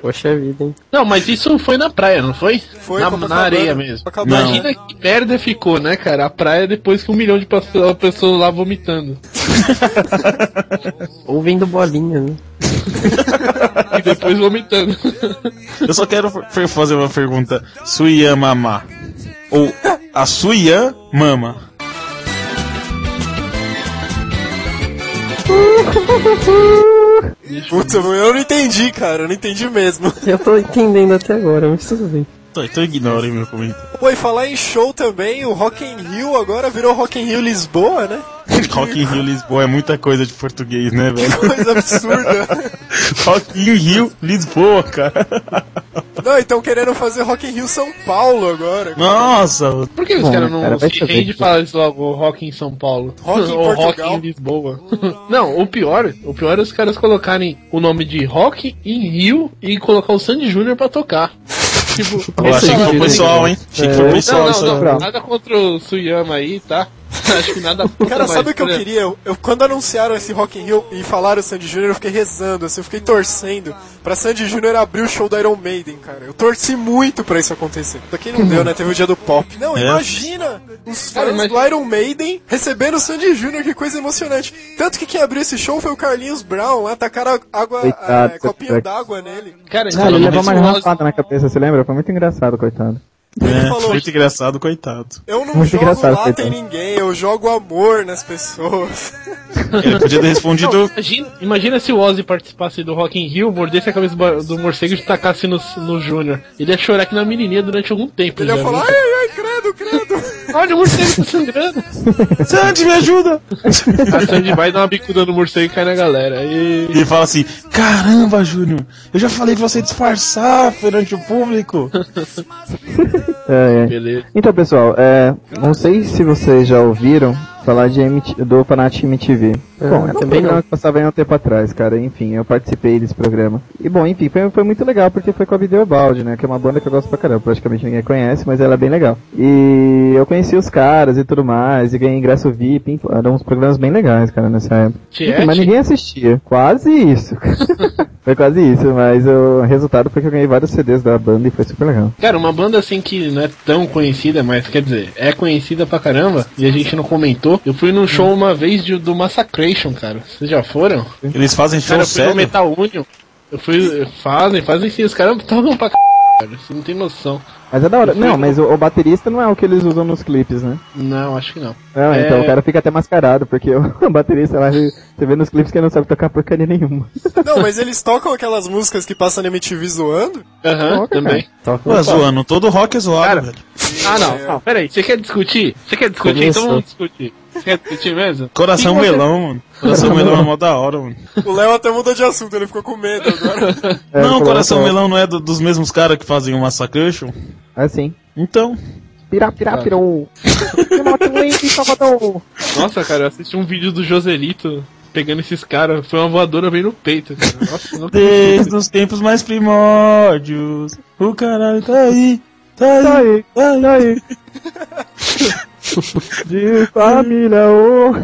Speaker 6: Poxa vida, hein?
Speaker 4: Não, mas isso foi na praia, não foi?
Speaker 2: Foi,
Speaker 4: na,
Speaker 2: Copacabana.
Speaker 4: na areia mesmo.
Speaker 2: Copacabana.
Speaker 4: Imagina que merda ficou, né, cara? A praia depois que um milhão de pessoas pessoas lá vomitando.
Speaker 6: Ou vendo bolinha, né?
Speaker 4: e depois vomitando.
Speaker 3: Eu só quero f- fazer uma pergunta. Suyan mamá. Ou a Suyan mama.
Speaker 2: Puta, eu não entendi, cara. Eu não entendi mesmo.
Speaker 6: Eu tô entendendo até agora, mas tudo bem.
Speaker 3: Tô, então ignorem meu comentário.
Speaker 2: Pô, e falar em show também, o Rock in Rio agora virou Rock in Rio Lisboa, né?
Speaker 3: Rock in Rio Lisboa é muita coisa de português, né, velho?
Speaker 2: Coisa absurda.
Speaker 3: Rock in Rio Lisboa, cara.
Speaker 2: Não, então querendo fazer Rock in Rio São Paulo agora.
Speaker 3: Nossa,
Speaker 4: Por que os
Speaker 5: Bom, né,
Speaker 4: caras não
Speaker 5: cara, vai
Speaker 4: se
Speaker 5: saber.
Speaker 4: rendem e falam isso logo, rock em São Paulo?
Speaker 2: Rock em
Speaker 4: Ou rock
Speaker 2: Portugal.
Speaker 4: em Lisboa? não, o pior, o pior é os caras colocarem o nome de rock em Rio e colocar o Sandy Júnior pra tocar. Tipo,
Speaker 3: eu achei que foi pessoal, hein? Achei que foi
Speaker 5: É.
Speaker 4: Não,
Speaker 3: pessoal
Speaker 4: não,
Speaker 3: isso aí.
Speaker 4: não,
Speaker 5: Pra-
Speaker 4: nada contra o Suyama aí, tá? Acho que nada contra,
Speaker 2: Cara, sabe
Speaker 4: mas,
Speaker 2: o que eu
Speaker 4: por exemplo,
Speaker 2: queria? Eu, eu- quando anunciaram esse Rock in Rio e falaram Sandy Júnior, eu fiquei rezando, assim, eu fiquei torcendo pra Sandy Júnior abrir o show do Iron Maiden, cara. Eu torci muito pra isso acontecer. Só que não deu, né? Teve o dia do pop. Não,
Speaker 3: É.
Speaker 2: imagina os
Speaker 4: Cara,
Speaker 2: fãs do
Speaker 4: imagina-
Speaker 2: Iron Maiden recebendo o Sandy Júnior, que coisa emocionante. Tanto que quem abriu esse show foi o Carlinhos Brown lá, tacaram água,
Speaker 5: Coitado,
Speaker 2: é, copinho
Speaker 5: coitado.
Speaker 2: d'água nele.
Speaker 4: Cara, é um
Speaker 5: Cara, ele
Speaker 4: não,
Speaker 5: levou uma
Speaker 4: mas-
Speaker 5: garrafada na cabeça, você lembra? Foi muito engraçado, coitado.
Speaker 3: É,
Speaker 2: falou.
Speaker 3: foi muito engraçado, coitado.
Speaker 2: Eu não
Speaker 5: Muito
Speaker 2: jogo
Speaker 5: engraçado,
Speaker 2: lá em
Speaker 5: coitado.
Speaker 2: ninguém, eu jogo amor nas pessoas.
Speaker 3: Ele podia ter respondido.
Speaker 4: Imagina, imagina se o Ozzy participasse do Rock in Rio, mordesse a cabeça do do morcego e tacasse no, no Júnior. Ele ia chorar aqui na menininha durante algum tempo.
Speaker 2: Ele
Speaker 4: já,
Speaker 2: ia falar, ai,
Speaker 4: viu?
Speaker 2: ai, ai, credo, credo.
Speaker 4: Olha, o morcego tá sangrando.
Speaker 3: Sandy, me ajuda!
Speaker 4: A Sandy vai dar uma bicuda no morcego e cai na galera. E...
Speaker 3: E fala assim: Caramba, Júnior, eu já falei pra você disfarçar perante o público.
Speaker 5: É, é.
Speaker 4: Beleza.
Speaker 5: Então, pessoal, é, não sei se vocês já ouviram falar de MT, do Fanat MTV.
Speaker 6: É,
Speaker 5: bom, era um
Speaker 6: também
Speaker 5: programa
Speaker 6: não.
Speaker 5: que passava em um tempo atrás, cara. Enfim, eu participei desse programa. E, bom, enfim, foi, foi muito legal porque foi com a Videobaldi, né? Que é uma banda que eu gosto pra caramba. Praticamente ninguém conhece, mas ela é bem legal. E eu conheci os caras e tudo mais, e ganhei ingresso VIP. Enfim, eram uns programas bem legais, cara, nessa época. Enfim, mas
Speaker 4: Tiete?
Speaker 5: ninguém assistia. Quase isso. foi quase isso, mas o resultado foi que eu ganhei vários CDs da banda e foi super legal.
Speaker 4: Cara, uma banda assim que não é tão conhecida, mas quer dizer, é conhecida pra caramba e a gente não comentou. Eu fui num show uma vez de- do Massacration, cara. Vocês já foram?
Speaker 3: Eles fazem show
Speaker 4: Cara, eu fui no
Speaker 3: sério.
Speaker 4: Metal Union. Eu fui. Fazem, fazem sim. Os caras tocam pra c. Cara, você não tem noção.
Speaker 5: Mas é da hora.
Speaker 4: Eu fui
Speaker 5: Não,
Speaker 4: no-
Speaker 5: mas o, o baterista não é o que eles usam nos clipes, né?
Speaker 4: Não, acho que não.
Speaker 5: Não,
Speaker 4: É.
Speaker 5: então o cara fica até mascarado, porque o baterista lá, ele- você vê nos clipes que ele não sabe tocar porcaria nenhuma.
Speaker 2: Não, mas eles tocam aquelas músicas que passam na MTV zoando?
Speaker 4: Aham,
Speaker 5: Toca,
Speaker 4: também.
Speaker 6: Toca
Speaker 3: Ué, zoando, todo rock é zoado,
Speaker 4: Cara,
Speaker 3: velho.
Speaker 4: Ah, não. não. Peraí, você quer discutir? Você quer discutir?
Speaker 6: Começou.
Speaker 4: Então vamos discutir. Você quer discutir mesmo?
Speaker 3: Coração
Speaker 4: E você-
Speaker 3: melão, mano. Coração melão é mó da hora, mano.
Speaker 2: O Léo até mudou de assunto, ele ficou com medo agora.
Speaker 5: É,
Speaker 3: não,
Speaker 5: coloca-
Speaker 3: Coração Melão não é do- dos mesmos caras que fazem o Massacration?
Speaker 5: Assim.
Speaker 3: Então,
Speaker 5: Pirá, pirá, pirou.
Speaker 4: Nossa, cara, eu assisti um vídeo do Joselito pegando esses caras. Foi uma voadora bem no peito, cara. Nossa, não
Speaker 3: desde os tempos mais primórdios, o caralho tá aí, tá aí,
Speaker 5: Aí,
Speaker 3: tá aí.
Speaker 5: aí. De família, ô.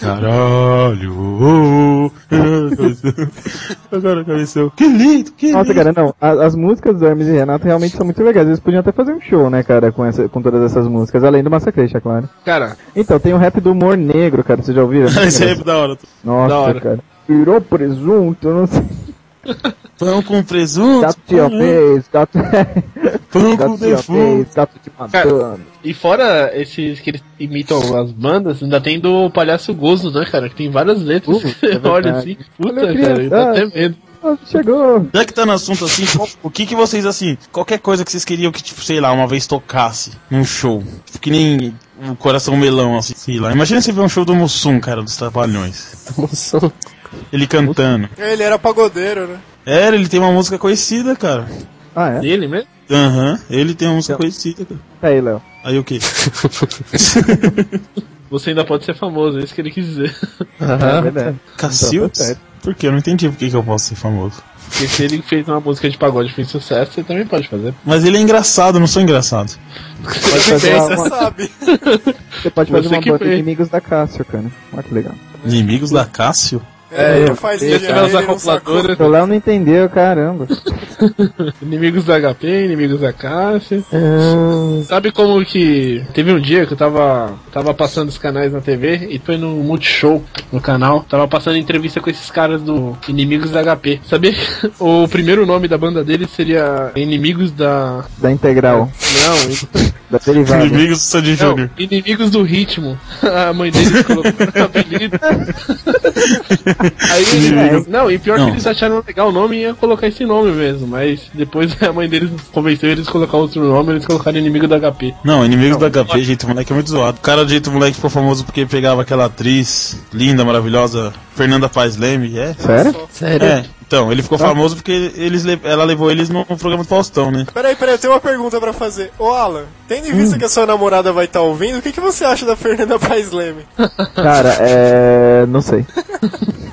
Speaker 3: Caralho, ô, ô, ô. agora cabeção, que lindo, que lindo.
Speaker 5: Nossa, cara, não. a- As músicas do Hermes e Renato realmente são muito legais. Eles podiam até fazer um show, né, cara, com, essa, com todas essas músicas. Além do Massacreixa, claro.
Speaker 4: Cara,
Speaker 5: Então, tem o rap do humor negro, cara. Vocês já ouviram?
Speaker 3: Esse é da hora.
Speaker 4: Da
Speaker 5: Nossa,
Speaker 4: hora.
Speaker 5: cara. Pirou presunto, não sei.
Speaker 3: Pão com presunto,
Speaker 5: Gato te fez, gato...
Speaker 3: pão
Speaker 5: gato
Speaker 3: com
Speaker 5: te
Speaker 3: defunto.
Speaker 5: fez, gato te matando.
Speaker 4: e fora esses que eles imitam as bandas, ainda tem do Palhaço Gozo, né, cara? Que tem várias letras.
Speaker 5: Uh, é
Speaker 4: Você olha
Speaker 5: verdade.
Speaker 4: assim, puta,
Speaker 5: Olha a
Speaker 4: cara, dá até
Speaker 5: criança.
Speaker 4: medo.
Speaker 5: Ah, Chegou.
Speaker 3: Já que tá no assunto assim, qual- o que que vocês, assim, qualquer coisa que vocês queriam que, tipo, sei lá, uma vez tocasse num show? Tipo, que nem o Coração Melão, assim, sei lá. Imagina você ver um show do Mussum, cara, dos Trapalhões.
Speaker 6: emoção.
Speaker 3: Ele cantando.
Speaker 2: Ele era pagodeiro, né?
Speaker 3: É, ele tem uma música conhecida, cara.
Speaker 5: Ah, é?
Speaker 4: Dele mesmo?
Speaker 3: Aham, ele tem uma música
Speaker 5: Então-
Speaker 3: conhecida, cara.
Speaker 5: Tá aí, Léo.
Speaker 3: Aí o quê?
Speaker 4: Você ainda pode ser famoso, é isso que ele quis dizer.
Speaker 5: É
Speaker 6: Aham.
Speaker 5: verdade. Então, é, tá
Speaker 3: Cacildes?
Speaker 5: certo.
Speaker 3: Por quê? Eu não entendi por que, que eu posso ser famoso.
Speaker 4: Porque se ele fez uma música de pagode e fez sucesso, você também pode fazer.
Speaker 3: Mas ele é engraçado, eu não sou engraçado.
Speaker 5: Pode fazer
Speaker 4: Pensa,
Speaker 5: uma...
Speaker 4: sabe.
Speaker 5: Você pode fazer
Speaker 4: Você
Speaker 5: uma
Speaker 4: que
Speaker 5: banda de
Speaker 4: vê.
Speaker 5: inimigos da Cássio, cara. Olha que legal.
Speaker 3: Inimigos da Cássio?
Speaker 4: É, ele faz isso, ele vai usar
Speaker 2: um
Speaker 4: calculadora.
Speaker 5: O Léo não entendeu, caramba.
Speaker 4: inimigos da HP, inimigos da Cássia.
Speaker 6: Ah,
Speaker 4: Sabe como que. Teve um dia que eu tava, tava passando os canais na TV e foi no Multishow, no canal. Tava passando entrevista com esses caras do Inimigos da HP. Sabia? que O primeiro nome da banda deles seria Inimigos da.
Speaker 5: Da Integral.
Speaker 4: Não,
Speaker 5: Da Derivada.
Speaker 4: Não, Inimigos do ritmo. A mãe deles colocou no apelido. Aí eles-
Speaker 3: Inimigos.
Speaker 4: Não, e pior
Speaker 3: Não.
Speaker 4: que eles acharam legal o nome e ia colocar esse nome mesmo. Mas depois a mãe deles convenceu eles a colocar outro nome, eles colocaram inimigo da HP.
Speaker 3: Não, inimigos da HP, jeito moleque é muito zoado. O cara do jeito moleque ficou famoso porque pegava aquela atriz linda, maravilhosa, Fernanda Paz Leme, é?
Speaker 5: Sério?
Speaker 6: Sério?
Speaker 3: É. Então, ele ficou famoso porque eles, le- ela levou eles no programa do Faustão, né?
Speaker 2: Peraí, peraí, eu tenho uma pergunta pra fazer. Ô Alan, tendo em vista que a sua namorada vai estar ouvindo, o que, que você acha da Fernanda Paes Leme?
Speaker 5: Cara, é. Não sei.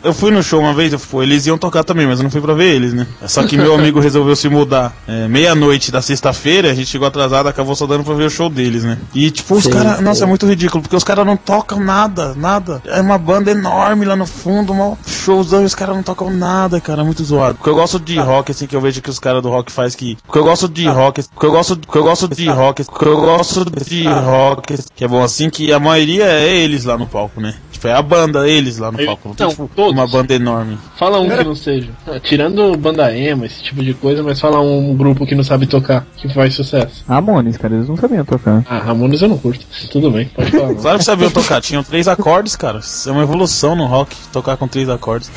Speaker 3: Eu fui no show uma vez, eu fui- eles iam tocar também, mas eu não fui pra ver eles, né? Só que meu amigo resolveu se mudar. É, Meia-noite da sexta-feira, a gente chegou atrasado, acabou só dando pra ver o show deles, né? E tipo, os
Speaker 2: Sim,
Speaker 3: caras.
Speaker 2: sim.
Speaker 3: Nossa, é muito ridículo, porque os caras não tocam nada, nada. É uma banda enorme lá no fundo, um showzão, e os caras não tocam nada, cara. é Muito zoado. Porque eu gosto
Speaker 2: Tá.
Speaker 3: de rock, assim, que eu vejo que os caras do rock faz que. Porque eu gosto de rock, porque eu gosto, porque eu gosto
Speaker 2: Tá.
Speaker 3: de rock, porque eu gosto de rock. Que é bom assim que a maioria é eles lá no palco, né? Tipo, é a banda, eles lá no
Speaker 4: Eu-
Speaker 3: palco. Não tem,
Speaker 4: não,
Speaker 3: tipo, uma banda enorme.
Speaker 4: Fala um que não seja. Ah, Tirando banda emo, esse tipo de coisa, mas fala um grupo que não sabe tocar, que faz sucesso.
Speaker 5: Ramones, cara, eles não sabiam tocar.
Speaker 4: Ah, Ramones eu não curto. Tudo bem, pode falar.
Speaker 3: Claro que sabiam tocar, tinham três acordes, cara. Isso é uma evolução no rock, tocar com três acordes.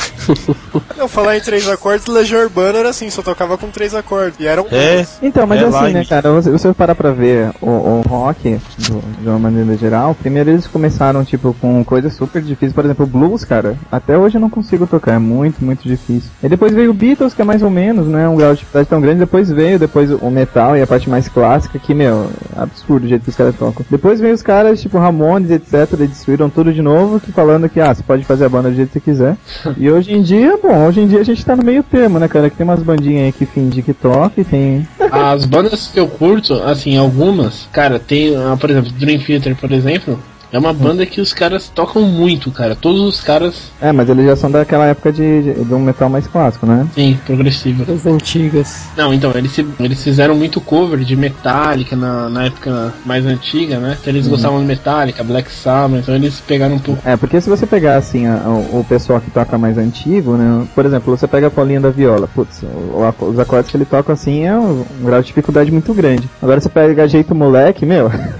Speaker 2: Não, falar em três acordes, Legião Urbana era assim, só tocava com três acordes. E eram
Speaker 3: É.
Speaker 5: Então, mas
Speaker 3: É lá
Speaker 5: assim,
Speaker 3: em
Speaker 5: né, cara, você, você parar pra ver o, o rock do- de uma maneira geral, primeiro eles começaram, tipo, com coisas super difíceis, por exemplo, blues, cara, até hoje eu não consigo tocar, é muito, muito difícil. E depois veio o Beatles, que é mais ou menos, né, um grau de dificuldade tão grande, depois veio, depois o metal e a parte mais clássica, que, meu, é absurdo o jeito que os caras tocam. Depois veio os caras, tipo, Ramones, etc, eles destruíram tudo de novo, que falando que, ah, você pode fazer a banda do jeito que você quiser. E hoje em dia, bom, hoje em dia a gente tá no meio termo, né, cara, que tem umas bandinhas aí que fingem que toca e tem
Speaker 4: As bandas que eu curto, assim, algumas, cara, tem, ah, por exemplo, Dream Theater, por exemplo, é uma banda que os caras tocam muito, cara. Todos os caras,
Speaker 5: É, mas eles já são daquela época de, de, de um metal mais clássico, né?
Speaker 4: sim, progressivo.
Speaker 6: As antigas.
Speaker 4: Não, então, eles, se- eles fizeram muito cover de Metallica na, na época mais antiga, né? Então eles
Speaker 5: Uhum.
Speaker 4: gostavam de Metallica, Black Sabbath, então eles pegaram um pouco.
Speaker 5: É, porque se você pegar, assim, a- o, o pessoal que toca mais antigo, né? Por exemplo, você pega a Paulinha da Viola, putz, o- o- os acordes que ele toca, assim, é um, um grau de dificuldade muito grande. Agora você pega Jeito Moleque, meu,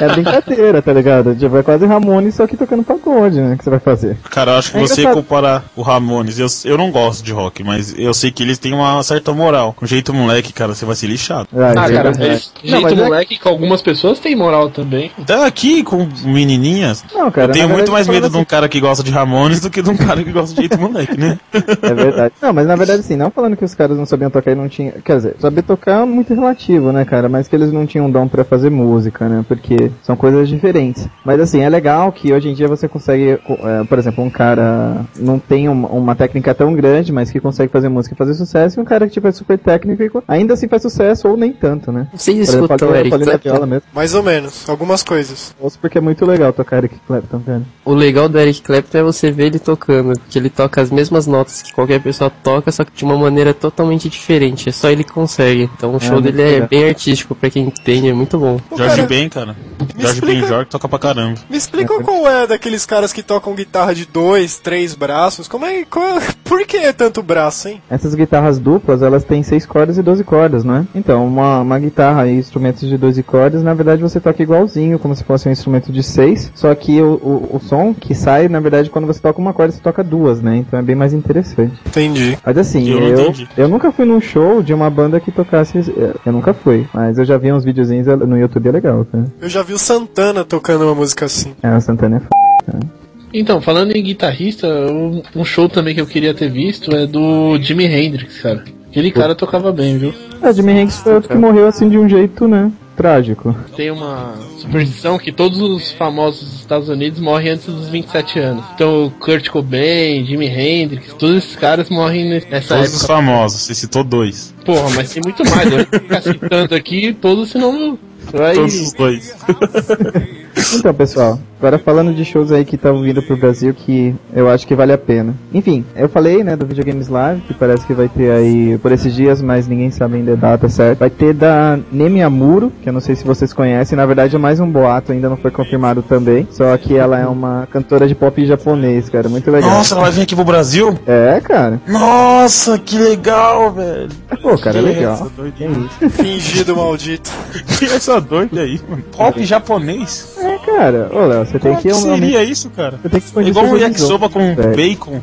Speaker 5: é brincadeira, tá ligado? Tipo, é quase Ramones, só que tocando pagode, né? Que você vai fazer.
Speaker 3: Cara, eu acho que
Speaker 5: É
Speaker 3: você
Speaker 5: engraçado.
Speaker 3: comparar o Ramones, eu, eu não gosto de rock, mas eu sei que eles têm uma certa moral. Com jeito moleque, cara, você vai ser lixado.
Speaker 4: Ah, cara, mas
Speaker 5: Não, mas
Speaker 4: jeito
Speaker 5: é-
Speaker 4: moleque que algumas pessoas têm moral também.
Speaker 3: Tá aqui com menininhas.
Speaker 5: Não, cara,
Speaker 3: eu tenho
Speaker 5: na
Speaker 3: muito
Speaker 5: verdade, assim.
Speaker 3: mais
Speaker 5: eu tô
Speaker 3: medo
Speaker 5: falando
Speaker 3: de um cara que gosta de Ramones do que de um cara que gosta de jeito moleque, né?
Speaker 5: É verdade. Não, mas na verdade assim, não falando que os caras não sabiam tocar e não tinham. Quer dizer, saber tocar é muito relativo, né, cara? Mas que eles não tinham dom pra fazer música, né? Porque são coisas diferentes. Mas assim, é legal que hoje em dia você consegue, co- é, por exemplo, um cara não tem um- uma técnica tão grande, mas que consegue fazer música e fazer sucesso, e um cara que tipo, é super técnico e co- ainda assim faz sucesso, ou nem tanto, né?
Speaker 6: Vocês
Speaker 5: Por exemplo,
Speaker 6: escutam
Speaker 5: a
Speaker 6: Eric
Speaker 5: Paulina
Speaker 6: Clapton?
Speaker 5: Viola mesmo.
Speaker 2: Mais ou menos, algumas coisas.
Speaker 5: Ouço porque é muito legal tocar Eric Clapton, cara.
Speaker 6: O legal do Eric Clapton é você ver ele tocando, porque ele toca as mesmas notas que qualquer pessoa toca, só que de uma maneira totalmente diferente. É só ele que consegue. Então o show
Speaker 5: muito
Speaker 6: dele é
Speaker 5: legal.
Speaker 6: bem artístico, pra quem entende, é muito bom.
Speaker 3: Jorge Ben, cara. Jorge Ben e Jorge toca pra caramba.
Speaker 2: Me explica qual é daqueles caras que tocam guitarra de dois, três braços. Como é, qual- por que tanto braço, hein?
Speaker 5: Essas guitarras duplas, elas têm 6 cordas e 12 cordas, não é? Então, uma, uma guitarra e instrumentos de 12 cordas, na verdade você toca igualzinho, como se fosse um instrumento de 6, só que o, o, o som que sai, na verdade, quando você toca uma corda, você toca duas, né? Então é bem mais interessante.
Speaker 2: Entendi.
Speaker 5: Mas assim,
Speaker 2: Eu não
Speaker 5: eu, eu,
Speaker 2: entendi.
Speaker 5: nunca fui num show de uma banda que tocasse. é, Eu nunca fui, mas eu já vi uns videozinhos no YouTube, é legal, cara.
Speaker 2: Eu já vi o Santana tocando uma música assim.
Speaker 5: É, o Santana é f...
Speaker 4: Então, falando em guitarrista, um, um show também que eu queria ter visto é do Jimi Hendrix, cara. Aquele cara tocava bem, viu?
Speaker 5: É, Jimi Hendrix foi outro que morreu assim de um jeito, né? Trágico.
Speaker 11: Tem uma superstição que todos os famosos dos Estados Unidos morrem antes dos 27 anos. Então, Kurt Cobain, Jimi Hendrix, todos esses caras morrem nessa
Speaker 5: Tá,
Speaker 3: Todos os
Speaker 11: época.
Speaker 5: então.
Speaker 3: famosos, você citou dois.
Speaker 11: Porra, mas tem muito mais. Eu vou ficar citando aqui todos, senão eu- vai...
Speaker 3: Todos os dois.
Speaker 5: Então, pessoal, agora falando de shows aí que estão vindo pro Brasil que eu acho que vale a pena. Enfim, eu falei, né, do Videogames Live, que parece que vai ter aí por esses dias, mas ninguém sabe ainda a data certa. Vai ter da Nemi Amuro, que eu não sei se vocês conhecem, na verdade é mais um boato, ainda não foi confirmado também. Só que ela é uma cantora de pop japonês, cara, muito legal.
Speaker 3: Nossa, ela vai vir aqui pro Brasil?
Speaker 5: É, cara.
Speaker 3: Nossa, que legal, velho.
Speaker 5: Pô, cara, é
Speaker 3: Que
Speaker 5: legal.
Speaker 3: essa doida
Speaker 5: É isso.
Speaker 2: Fingido maldito.
Speaker 3: Que essa doida aí, mano. Pop japonês.
Speaker 5: É, cara, ô Léo, você tem
Speaker 3: Como é
Speaker 5: que. é
Speaker 3: que seria
Speaker 5: realmente-
Speaker 3: isso, cara?
Speaker 5: Você tem que conhecer
Speaker 3: Igual um
Speaker 5: seus
Speaker 3: yakisoba com
Speaker 5: horizontes, velho.
Speaker 3: bacon.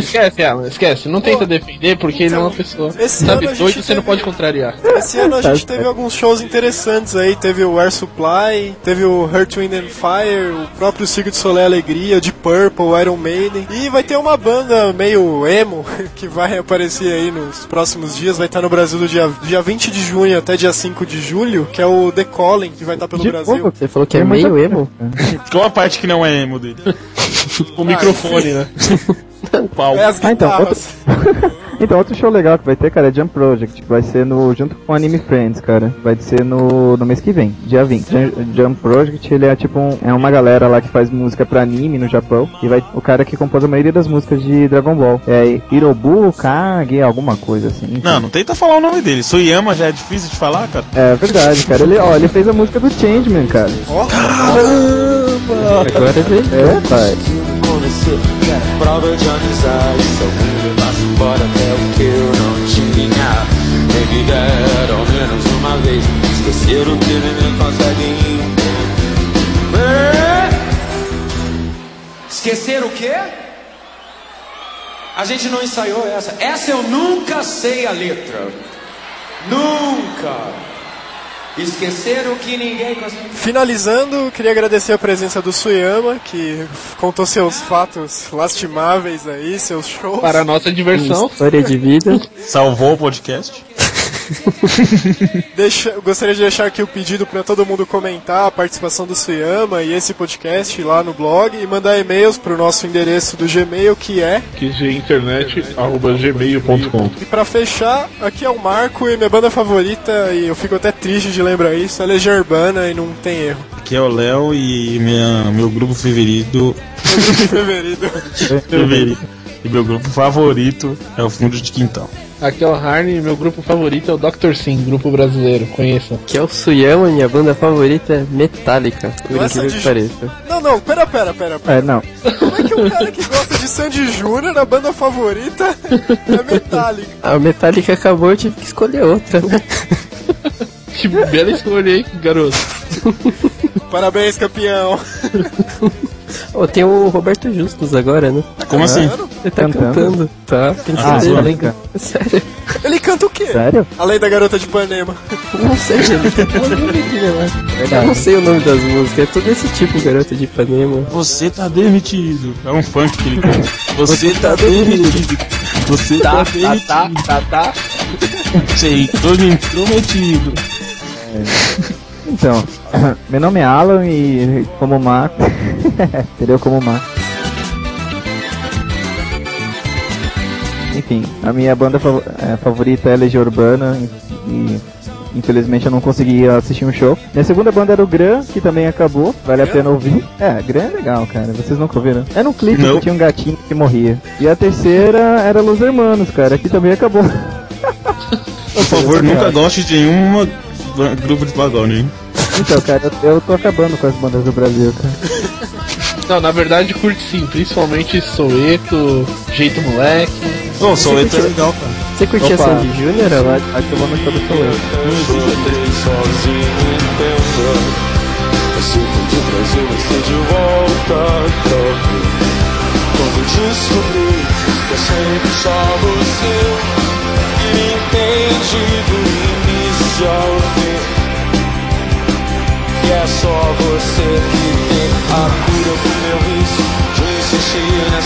Speaker 11: Esquece, Alan, esquece. Não tenta defender porque ele é uma pessoa.
Speaker 2: esse
Speaker 11: Sabe,
Speaker 2: ano a
Speaker 11: doido
Speaker 2: gente
Speaker 11: você não pode contrariar.
Speaker 2: Esse ano a
Speaker 5: Tá
Speaker 2: gente
Speaker 5: certo.
Speaker 2: teve alguns shows interessantes aí. Teve o Air Supply, teve o Hurt, Wind and Fire, o próprio Cirque de Soleil Alegria, de Purple, Iron Maiden. E vai ter uma banda meio emo que vai aparecer aí nos próximos dias. Vai estar no Brasil do dia, dia 20 de junho até dia 5 de julho, que é o The Calling, que vai estar pelo
Speaker 5: De
Speaker 2: Brasil.
Speaker 5: novo,
Speaker 6: Você falou que é
Speaker 5: Tem muita
Speaker 6: meio emo?
Speaker 3: Qual a parte que não é emo dele?
Speaker 11: O microfone, né?
Speaker 3: O pau.
Speaker 2: Ah, É as
Speaker 5: Ah, então,
Speaker 2: guitarras.
Speaker 5: Então, outro show legal que vai ter, cara, é Jump Project. Vai ser no, junto com Anime Friends, cara. Vai ser no, no mês que vem, dia 20. Jam- Jump Project, ele é tipo um, é uma galera lá que faz música pra anime no Japão. E vai o cara que compôs a maioria das músicas de Dragon Ball. É Hirobu Kage, alguma coisa assim.
Speaker 3: Não, não tenta falar o nome dele. Suyama já é difícil de falar, cara.
Speaker 5: É verdade, cara. Ele, ó, ele fez a música do Changeman, cara. Agora ele... É, pai.
Speaker 10: Prova de amizade, seu mundo passa embora até o que eu não tinha. Minha vida era ao menos uma vez. Esquecer o que ninguém consegue entender. Esquecer o quê? A gente não ensaiou essa. Essa eu nunca sei a letra. Nunca. Esquecer o que ninguém consegue.
Speaker 2: Finalizando, queria agradecer a presença do Suyama, que contou seus fatos lastimáveis aí, seus shows.
Speaker 11: Para a nossa diversão.
Speaker 6: História de vida.
Speaker 3: Salvou o podcast?
Speaker 2: Deixa- eu gostaria de deixar aqui o pedido para todo mundo comentar a participação do Suyama e esse podcast lá no blog e mandar e-mails para o nosso endereço do Gmail que é.
Speaker 4: QGinternet.gmail.com
Speaker 2: E para fechar, aqui é o Marco e minha banda favorita, e eu fico até triste de lembrar isso, é Legião Urbana e não tem erro.
Speaker 3: Aqui é o Léo e minha, meu grupo preferido.
Speaker 2: Preferido.
Speaker 3: preferido. E meu grupo favorito é o fundo de quintal.
Speaker 11: Aqui é o Harney, meu grupo favorito é o Dr. Sim, grupo brasileiro, conheça.
Speaker 6: Que é o Suyama, minha banda favorita é Metallica. Por
Speaker 2: Nossa,
Speaker 6: incrível
Speaker 2: de-
Speaker 6: que pareça.
Speaker 2: Não, não, pera, pera, pera. pera.
Speaker 5: É, não.
Speaker 2: Como é que um cara que gosta de Sandy Júnior, a banda favorita, é Metallica?
Speaker 6: A Metallica acabou, eu tive que escolher outra, né?
Speaker 11: Que bela escolha, hein, garoto?
Speaker 2: Parabéns, campeão.
Speaker 6: Ô, tem o Roberto Justus agora, né?
Speaker 5: É?
Speaker 3: Como assim?
Speaker 6: Ele tá
Speaker 5: Cantando.
Speaker 6: cantando. Tá, tem que
Speaker 5: Ah,
Speaker 6: ser
Speaker 5: zoando, cara.
Speaker 6: Sério,
Speaker 2: Ele canta o quê?
Speaker 5: Sério?
Speaker 2: Além da garota de Ipanema.
Speaker 6: não sei, ele tá uma musiquinha lá. Eu não sei o nome das músicas, é todo esse tipo, garoto de Ipanema.
Speaker 3: Você tá demitido. É um funk que ele canta. Você tá demitido. Você tá, demitido. Tá, tá, tá. Sei, tô me intrometido.
Speaker 5: Então, meu nome é Alan e como Marco. Entendeu? Como Marco. Enfim, a minha banda fav- é, favorita é Legião Urbana e, e, infelizmente eu não consegui assistir um show. Minha segunda banda era o Gran, que também acabou, vale a pena ouvir. É, Gran é legal, cara, vocês nunca ouviram? Era um clipe
Speaker 3: Não.
Speaker 5: que tinha um gatinho que morria. E a terceira era Los Hermanos, cara, que também acabou.
Speaker 3: Por favor, nunca goste de nenhuma ba- grupo de pagode, hein?
Speaker 5: Então, cara, eu, eu tô acabando com as bandas do Brasil, cara.
Speaker 11: Não, na verdade curte sim, principalmente Soeto, Jeito Moleque.
Speaker 3: Não, sou letra é legal, cara.
Speaker 6: Você curtia
Speaker 5: Opa.
Speaker 6: Sandy Júnior? Ela
Speaker 5: Acho que eu vou no show do Soleil.
Speaker 2: é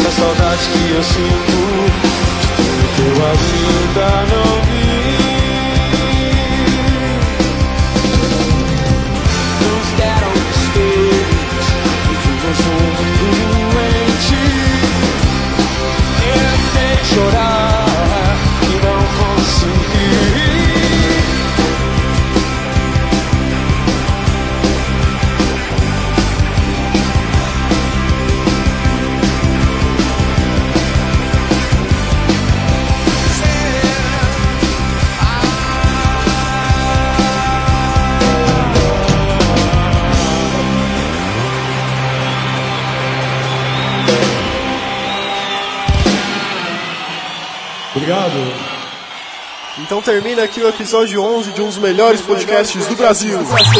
Speaker 2: Obrigado. Então termina aqui o episódio 11 de um dos melhores podcasts do Brasil. Brasil!